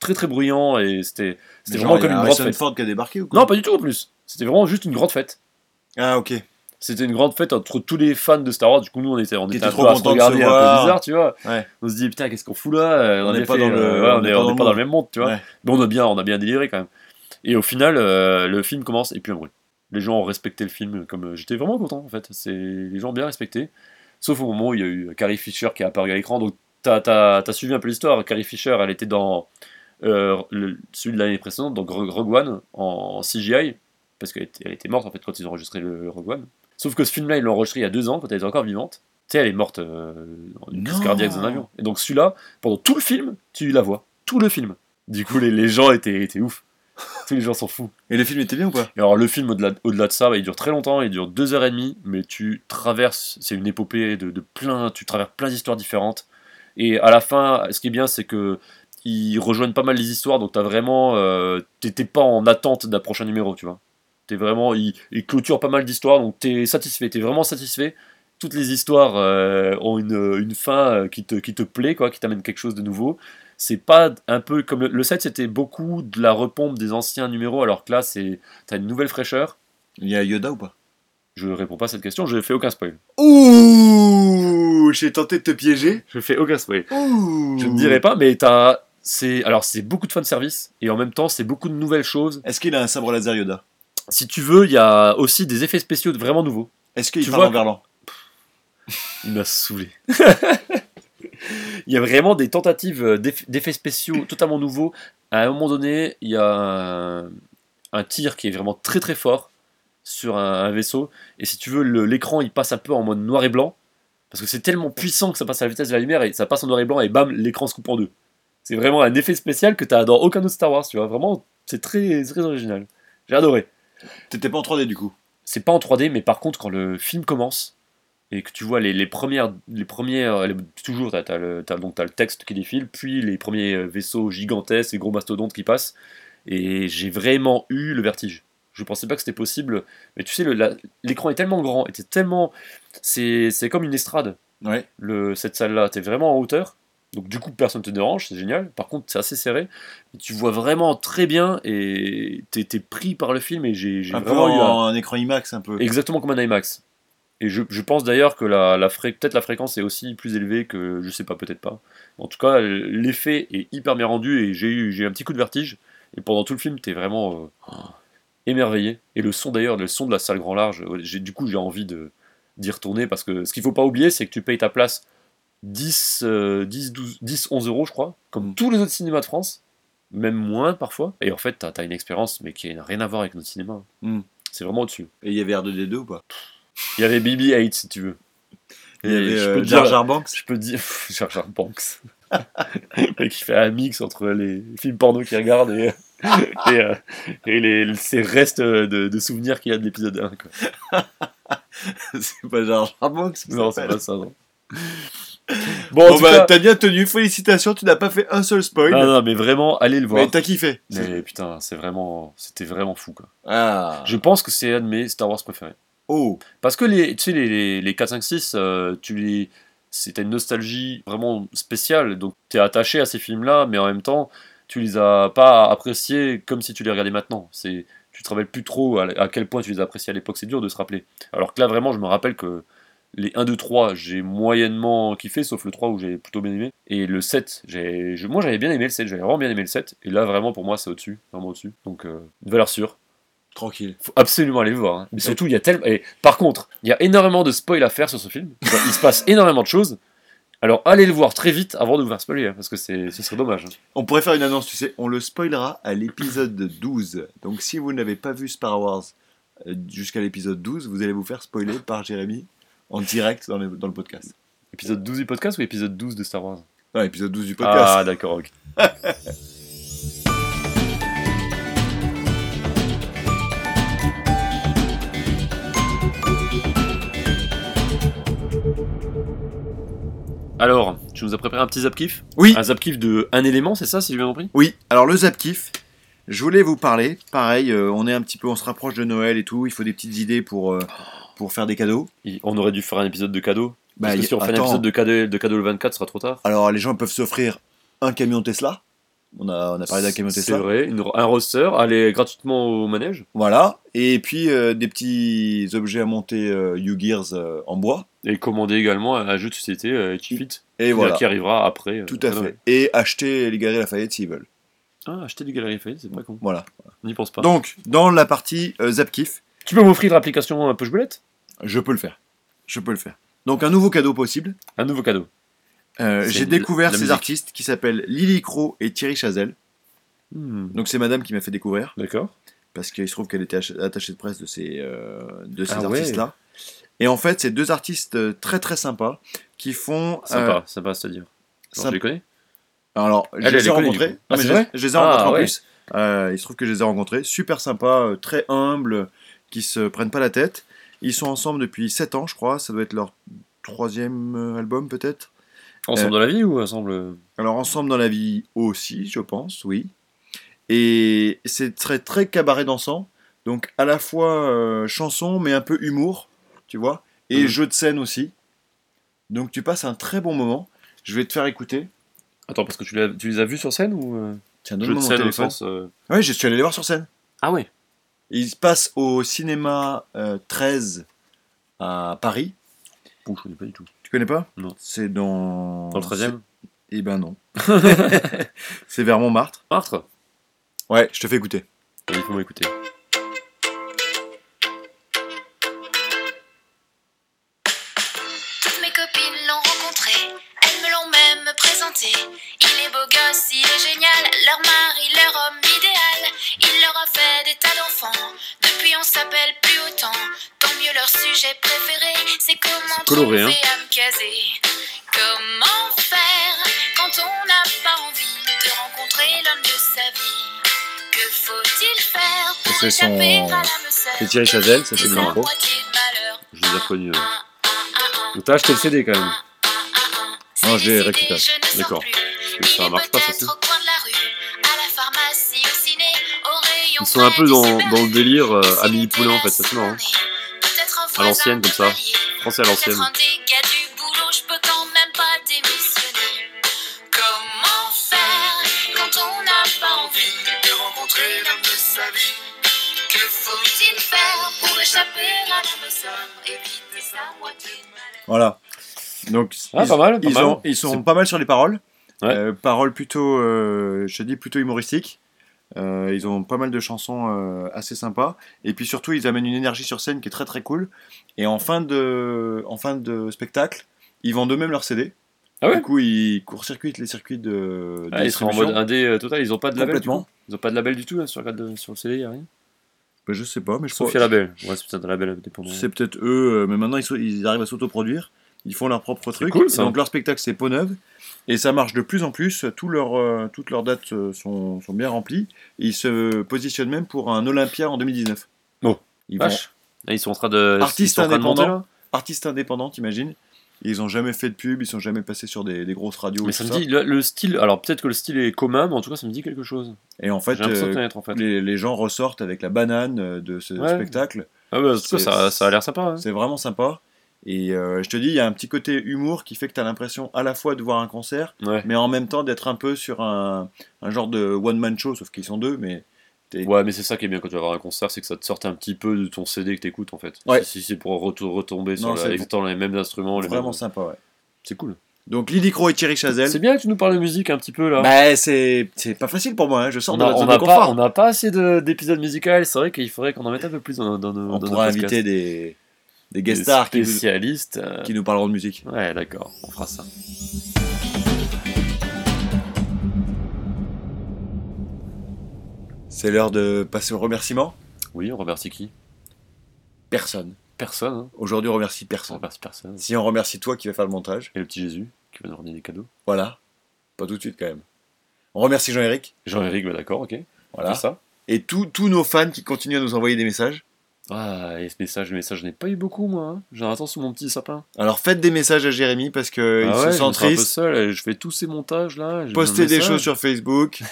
très très bruyant et c'était c'était Mais vraiment comme genre, il y a une grande Harrison fête. Ford qui a débarqué ou quoi Non, pas du tout en plus. C'était vraiment juste une grande fête. Ah, ok. C'était une grande fête entre tous les fans de Star Wars. Du coup, nous, on était, on Qui était étaient un trop peu à se contents de regarder se un voir. peu bizarre, tu vois. Ouais. On se dit, putain, qu'est-ce qu'on fout là Euh, On a n'est pas fait, dans le- euh, ouais, on est- on n'est pas dans le même monde, tu vois. Ouais. Mais on a bien, on a bien déliré quand même. Et au final, euh, le film commence et puis un bruit. Les gens ont respecté le film comme euh, j'étais vraiment content en fait. C'est les gens ont bien respecté. Sauf au moment où il y a eu Carrie Fisher qui est apparue à l'écran. Donc t'as as, suivi un peu l'histoire. Carrie Fisher, elle était dans euh, le- celui de l'année précédente, donc Rogue Rogue One en, CGI parce qu'elle était, elle était morte en fait quand ils ont enregistré le Rogue One. Sauf que ce film-là, ils l'ont enregistré il y a deux ans quand elle était encore vivante. Tu sais, elle est morte euh, d'une crise Non. cardiaque dans un avion. Et donc celui-là, pendant tout le film, tu la vois. Tout le film. Du coup, les, les gens étaient, étaient ouf. Tous les gens s'en foutent. Et le film était bien ou pas Et alors, le film, au-delà au -delà de ça, bah, il dure très longtemps, il dure deux heures et demie, mais tu traverses, c'est une épopée de, de plein, tu traverses plein d'histoires différentes. Et à la fin, ce qui est bien, c'est que ils rejoignent pas mal les histoires, donc t'as vraiment, euh, t'étais pas en attente d'un prochain numéro, tu vois. T'es vraiment, ils, ils clôturent pas mal d'histoires, donc t'es satisfait, t'es vraiment satisfait. Toutes les histoires euh, ont une, une fin euh, qui te, qui te plaît, quoi, qui t'amène quelque chose de nouveau. C'est pas un peu comme le, le 7, c'était beaucoup de la repompe des anciens numéros, alors que là, c'est, t'as une nouvelle fraîcheur. Il y a Yoda ou pas Je réponds pas à cette question, je fais aucun spoil. Ouh J'ai tenté de te piéger. Je fais aucun spoil. Ouh Je ne dirai pas, mais t'as c'est alors c'est beaucoup de fan service et en même temps c'est beaucoup de nouvelles choses. Est-ce qu'il a un sabre laser Yoda Si tu veux, il y a aussi des effets spéciaux vraiment nouveaux. Est-ce qu'il Tu parle en vois- verlan Il m'a saoulé. il y a vraiment des tentatives euh, d'eff- d'effets spéciaux totalement nouveaux. À un moment donné, il y a un, un tir qui est vraiment très très fort sur un, un vaisseau et si tu veux le- l'écran il passe un peu en mode noir et blanc parce que c'est tellement puissant que ça passe à la vitesse de la lumière et ça passe en noir et blanc et bam l'écran se coupe en deux. C'est vraiment un effet spécial que t'as dans aucun autre Star Wars, tu vois. Vraiment, c'est très très original. J'ai adoré T'étais pas en 3D du coup. c'est pas en 3D, mais par contre, quand le film commence et que tu vois les, les premières, les premières, les- toujours, t'as, t'as le, t'as- donc t'as le texte qui défile, puis les premiers euh, vaisseaux gigantesques et gros mastodontes qui passent, et j'ai vraiment eu le vertige. Je pensais pas que c'était possible, mais tu sais, le- la- l'écran est tellement grand, et t'es tellement, c'est, c'est comme une estrade, Ouais. le, cette salle-là, t'es vraiment en hauteur. Donc du coup personne te dérange, c'est génial. Par contre c'est assez serré, tu vois vraiment très bien et t'es, t'es pris par le film et j'ai, j'ai Un peu vraiment eu un- en un écran IMAX un peu. Exactement comme un IMAX. Et je, je pense d'ailleurs que la, la fré- peut-être la fréquence est aussi plus élevée que je sais pas, peut-être pas. En tout cas, l'effet est hyper bien rendu et j'ai eu, j'ai eu un petit coup de vertige. Et pendant tout le film, t'es vraiment euh, émerveillé. Et le son d'ailleurs, le son de la salle grand large, euh, j'ai- du coup, j'ai envie de, d'y retourner parce que ce qu'il faut pas oublier, c'est que tu payes ta place 10, euh, 10, 12, 10, 11 euros, je crois, comme tous les autres cinémas de France, même moins parfois. Et en fait, t'as, t'as une expérience, mais qui n'a rien à voir avec notre cinéma. Mm. C'est vraiment au-dessus. Et il y avait R2D2 ou pas Il y avait BB-8 si tu veux. Il y avait je, euh, peux Jar dire, Jar Banks. je peux dire. Jar Jar Banks. Le mec qui fait un mix entre les films porno qu'il regarde et, et, euh, et les, ses restes de, de souvenirs qu'il a de l'épisode 1. Quoi. c'est pas Jar Jar Banks. qui Non, c'est s'appelle. pas ça. Non. Bon, en Bon tout bah cas- t'as bien tenu, félicitations, tu n'as pas fait un seul spoil. non, non, mais vraiment, allez le voir. mais t'as kiffé. Mais putain, c'est vraiment, c'était vraiment fou. Quoi. Ah. Je pense que c'est un de mes Star Wars préférés. Oh. Parce que les, tu sais, les, les, les 4, 5, 6, euh, tu les... c'est une nostalgie vraiment spéciale. Donc, tu es attaché à ces films-là, mais en même temps, tu les as pas appréciés comme si tu les regardais maintenant. C'est, tu te rappelles plus trop à, à quel point tu les appréciais à l'époque. C'est dur de se rappeler. Alors que là, vraiment, je me rappelle que les 1, 2, 3, j'ai moyennement kiffé, sauf le 3 où j'ai plutôt bien aimé. Et le 7, j'ai, je- moi, j'avais bien aimé le 7, j'avais vraiment bien aimé le 7. Et là, vraiment, pour moi, c'est au-dessus. Vraiment au-dessus. Donc, euh, une valeur sûre Tranquille. faut absolument aller le voir. hein. Mais surtout, il y a tellement. et par contre, il y a énormément de spoil à faire sur ce film. Enfin, il se passe énormément de choses. Alors, allez le voir très vite avant de vous faire spoiler, hein, parce que c'est, ce serait dommage. hein. On pourrait faire une annonce, tu sais, on le spoilera à l'épisode 12. Donc si vous n'avez pas vu Star Wars euh, jusqu'à l'épisode 12, vous allez vous faire spoiler par Jérémy en direct dans le, dans le podcast. Épisode 12 du podcast ou épisode 12 de Star Wars Non, l'épisode 12 du podcast. Ah, d'accord, ok. Alors, tu nous as préparé un petit zap kiff Oui. Un zap kiff de un élément, c'est ça, si j'ai bien compris Oui, alors le Zap Kiff, je voulais vous parler. Pareil, euh, on est un petit peu, on se rapproche de Noël et tout, il faut des petites idées pour, euh, pour faire des cadeaux. Il- On aurait dû faire un épisode de cadeau. Bah, Parce que y- si on fait un attends. épisode de cadeau, de cadeau le 24, ce sera trop tard. Alors les gens peuvent s'offrir un camion Tesla. On a, on a parlé d'un camion C'est Tesla. vrai, une- un roster, aller gratuitement au manège. Voilà. Et puis euh, des petits objets à monter euh, U-Gears euh, en bois. Et commander également un jeu de société euh, Chifit, Et qui- voilà. qui arrivera après. euh, Tout à Noël. fait. Et acheter les galeries Lafayette s'ils veulent. Ah, acheter du Galerie Fayette, c'est pas con. Voilà. On n'y pense pas. Donc, dans la partie euh, Zap Kiff, tu peux m'offrir l'application euh, Push Belette je peux le faire. Je peux le faire. Donc, un nouveau cadeau possible. Un nouveau cadeau. Euh, C'est J'ai de- découvert de la ces musique. artistes qui s'appellent Lily Crow et Thierry Chazelle. Hmm, Donc, c'est madame qui m'a fait découvrir. D'accord. Parce qu'il se trouve qu'elle était ach- attachée de presse de ces, euh, de ces Ah ouais. artistes-là. Et en fait, c'est deux artistes euh, très très sympas qui font. euh, Sympa, sympa à se dire. Alors, sympa. je les connais Alors, je elle les les ai connaît, du rencontrés. coup. Ah, Non, mais c'est je, vrai je les ai Ah, rencontrés en ouais. plus. Euh, il se trouve que je les ai rencontrés. Super sympas, euh, très humbles, qui se prennent pas la tête. Ils sont ensemble depuis 7 ans, je crois. Ça doit être leur troisième euh, album, peut-être. Euh. Ensemble dans la vie ou ensemble euh, Alors, ensemble dans la vie aussi, je pense, oui. Et c'est très, très cabaret dansant. Donc, à la fois euh, chanson, mais un peu humour, tu vois. Et Mhm. jeu de scène aussi. Donc, tu passes un très bon moment. Je vais te faire écouter. Attends, parce que tu, l'as- tu les as vus sur scène ou euh, Tiens, jeu de donne-moi mon scène, au téléphone. sens, euh, Oui, je suis allé les voir sur scène. Ah ouais. Il se passe au cinéma euh, 13 à Paris. Pouh, je connais pas du tout. Tu connais pas Non. C'est dans. Dans le 13 e c'est- Eh ben non. c'est vers Montmartre. Martre Ouais, je te fais écouter. Il faut m'écouter. Toutes mes copines l'ont rencontré, elles me l'ont même présenté. Il est beau gosse, il est génial, leur mari, leur homme idéal. Il leur a fait des tas d'enfants, depuis on s'appelle plus autant. Tant mieux leur sujet préféré, c'est comment coloré, hein. trouver à me caser. Comment faire quand on n'a pas envie de rencontrer l'homme de sa vie Que faut-il faire pour C'est son- échapper à la meuf c'est Thierry Chazelle, ça, c'est Éviter bien. la moitié de malheur. Je les ai reconnus. euh. ouais. Ah, ah, ah, ah. Donc t'as acheté le CD quand même. Non, ah. je l'ai récupéré. récupéré. D'accord. D'accord. Mais ça marche pas, ça, si. Ils sont un peu dans, dans le délire euh, euh, Amélie Poulain en fait, hein. ça c'est marrant. À l'ancienne comme ça. Français à l'ancienne. Peut-être un dégât du boulot, je peux quand même pas démissionner. Comment faire quand on n'a pas envie de rencontrer l'homme de sa vie Que faut-il faire pour échapper à la meuf Éviter sa moitié de malheur. Voilà. Donc, Ah, ils, pas mal, pas ils mal. ont- ils sont pas mal sur les paroles. Ouais. Euh, paroles plutôt, euh, je te dis, plutôt humoristiques. Euh, ils ont pas mal de chansons euh, assez sympas. Et puis surtout, ils amènent une énergie sur scène qui est très très cool. Et en fin de, en fin de spectacle, ils vendent eux-mêmes leurs CD. Ah ouais du coup, ils court-circuitent les circuits de, de Ah, ils sont en distribution. mode indé euh, total, ils ont pas de label. du complètement. coup Ils ont pas de label du tout là, sur, le- sur le CD, y a rien. Bah, je sais pas, mais je Sauf crois. qu'il y a label. Ouais, c'est peut-être un label dépendant. C'est peut-être eux, euh, mais maintenant ils, sont- ils arrivent à s'autoproduire. Ils font leur propre truc. cool, ça. Donc leur spectacle c'est peau neuve. Et ça marche de plus en plus. Tous leurs, euh, toutes leurs dates euh, sont, sont bien remplies. Et ils se positionnent même pour un Olympia en 2019. Oh, ils vont- Vache. Là, ils sont en train de. Artistes ils sont en train de monter, indépendants. là. Artistes indépendants, t'imagines Ils ont jamais fait de pub, ils sont jamais passés sur des, des grosses radios. Mais et ça tout me ça. dit, le, le style. Alors peut-être que le style est commun, mais en tout cas, ça me dit quelque chose. Et en J'ai fait, l'impression de euh, connaître en fait. les, les gens ressortent avec la banane euh, de ce Ouais. spectacle. Ah bah, en tout cas, c'est- ça, ça a l'air sympa. hein. C'est vraiment sympa. Et euh, je te dis, il y a un petit côté humour qui fait que tu as l'impression à la fois de voir un concert Ouais. mais en même temps d'être un peu sur un, un genre de one man show sauf qu'ils sont deux mais Et- Ouais, mais c'est ça qui est bien quand tu vas voir un concert, c'est que ça te sorte un petit peu de ton CD que t'écoutes en fait. Ouais. Si, si c'est pour retou- retomber sur Non, la- c'est exactement les mêmes instruments, les vraiment mêmes- sympa ouais. c'est cool. donc Lily Crow et Thierry C'est Chazelle bien que tu nous parles de musique un petit peu là. bah c'est c'est pas facile pour moi hein, je sors on de a- la on zone n'a de pas, confort on n'a pas assez de- d'épisodes musicaux, c'est vrai qu'il faudrait qu'on en mette un peu plus dans, nos- dans nos on, dans nos pourra podcasts. inviter des des des guest stars qui, nous- spécialistes. euh, qui nous parleront de musique Ouais, d'accord, on fera ça. c'est l'heure de passer aux remerciements Oui, on remercie qui personne Personne. hein. aujourd'hui on remercie On personne remercie personne. si on remercie toi qui va faire le montage Et le petit Jésus qui va nous ramener des cadeaux. voilà pas tout de suite quand même on remercie Jean-Éric Jean-Éric, bah d'accord, ok. voilà C'est ça. et tous tous nos fans qui continuent à nous envoyer des messages Ah, et ce message, le message, je n'ai pas eu beaucoup moi. hein. J'en attends sous mon petit sapin. Alors faites des messages à Jérémy parce Ah que Euh, il ouais, se je me sent sens un peu triste. seul, et je fais tous ces montages là. j'ai Postez un des message. choses sur Facebook.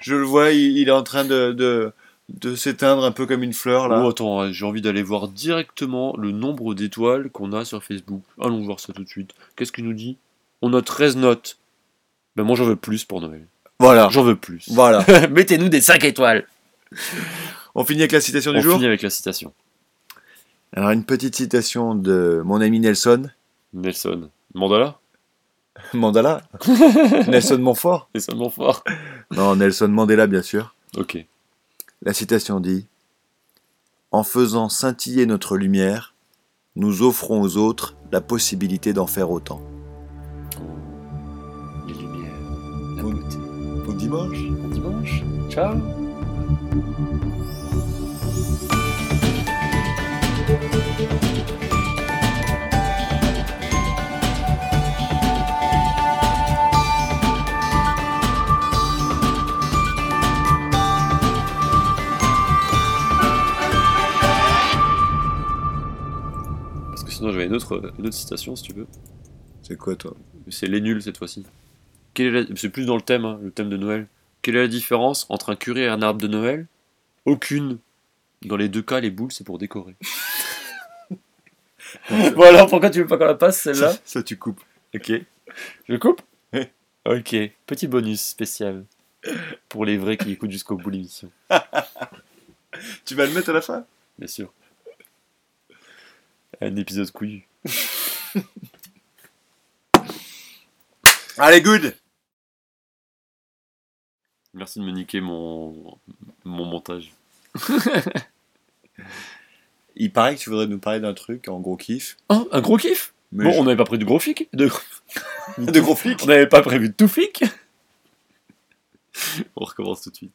je le vois, il, il est en train de, de, de s'éteindre un peu comme une fleur là. Oh, attends, hein, j'ai envie d'aller voir directement le nombre d'étoiles qu'on a sur Facebook. Allons voir ça tout de suite. Qu'est-ce qu'il nous dit On a 13 notes. Ben moi j'en veux plus pour Noël. Voilà, J'en veux plus. voilà. Mettez-nous des 5 étoiles. On finit avec la citation du On jour. finit avec la citation. Alors une petite citation de mon ami Nelson Nelson. Mandala Mandela, Nelson Montfort. C'est seulement fort. Non, Nelson Mandela bien sûr. Ok. La citation dit En faisant scintiller notre lumière, nous offrons aux autres la possibilité d'en faire autant. Les lumières. La Bon- beauté. Bon dimanche. Bon dimanche. Ciao. une autre, une autre citation si tu veux. C'est quoi, toi C'est les nuls cette fois-ci. Quelle est la- C'est plus dans le thème, hein, le thème de Noël. Quelle est la différence entre un curé et un arbre de Noël Aucune. Dans les deux cas, les boules, c'est pour décorer. voilà, pourquoi tu veux pas qu'on la passe celle-là ça, ça, tu coupes. Ok. Je coupe Oui. Ok. Petit bonus spécial pour les vrais qui écoutent jusqu'au bout l'émission, Tu vas le mettre à la fin bien sûr. Un épisode couillu. Allez, good Merci de me niquer mon, mon montage. Il paraît que tu voudrais nous parler d'un truc en gros kiff. Oh, un gros kiff Mais Bon, on n'avait pas pris de gros flic de... je- de gros flic. On n'avait pas prévu de tout flic On recommence tout de suite.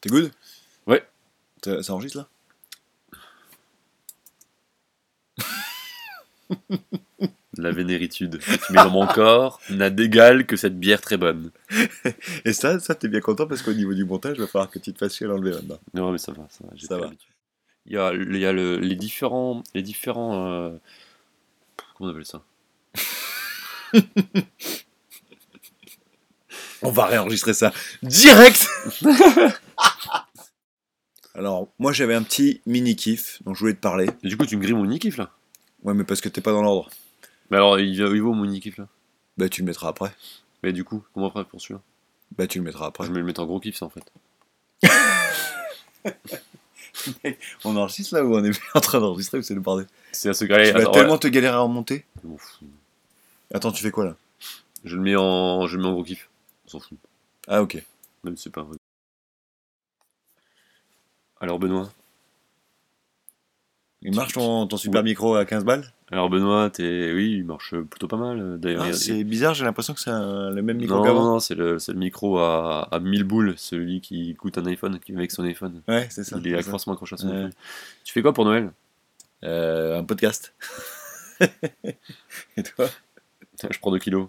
T'es good Ouais. T'as- Ça enregistre, là La vénéritude que tu mets dans mon corps n'a d'égal que cette bière très bonne. Et ça, ça t'es bien content parce qu'au niveau du montage, il va falloir que tu te fasses chier à l'enlever maintenant. Non, mais ça va, ça va. j'ai Ça pris va. l'habitude. Il y a, il y a le- les différents. Les différents euh, comment on appelle ça On va réenregistrer ça direct Alors, moi j'avais un petit mini kiff dont je voulais te parler. Mais Du coup, tu me grilles mon mini-kiff là Ouais, mais parce que t'es pas dans l'ordre. Mais alors, il va il va où mon mini-kiff là Bah, tu le mettras après. Mais du coup, comment après pour celui-là Bah, tu le mettras après. Je vais le mettre en gros kiff ça en fait. On enregistre là ou on est en train d'enregistrer ou c'est le bordel C'est à ce Tu gars-là. vas attends, tellement te galérer à remonter. ouais, je m'en fous. Attends, tu fais quoi là Je le mets en, je le mets en gros kiff. On s'en fout. Ah, ok. Même si c'est pas vrai. Alors Benoît Il marche ton, ton super micro à 15 balles Alors Benoît, t'es. Oui, il marche plutôt pas mal euh, d'ailleurs. Ah, il- C'est bizarre, j'ai l'impression que c'est un- le même micro Non, non, qu'avant. non, c'est le, c'est le micro à, à 1000 boules, celui qui coûte un iPhone, qui avec son iPhone. Ouais, c'est ça. Il est c'est ça. forcément accroché à son Ouais. iPhone. Tu fais quoi pour Noël Euh, un podcast. Et toi Je prends 2 kilos.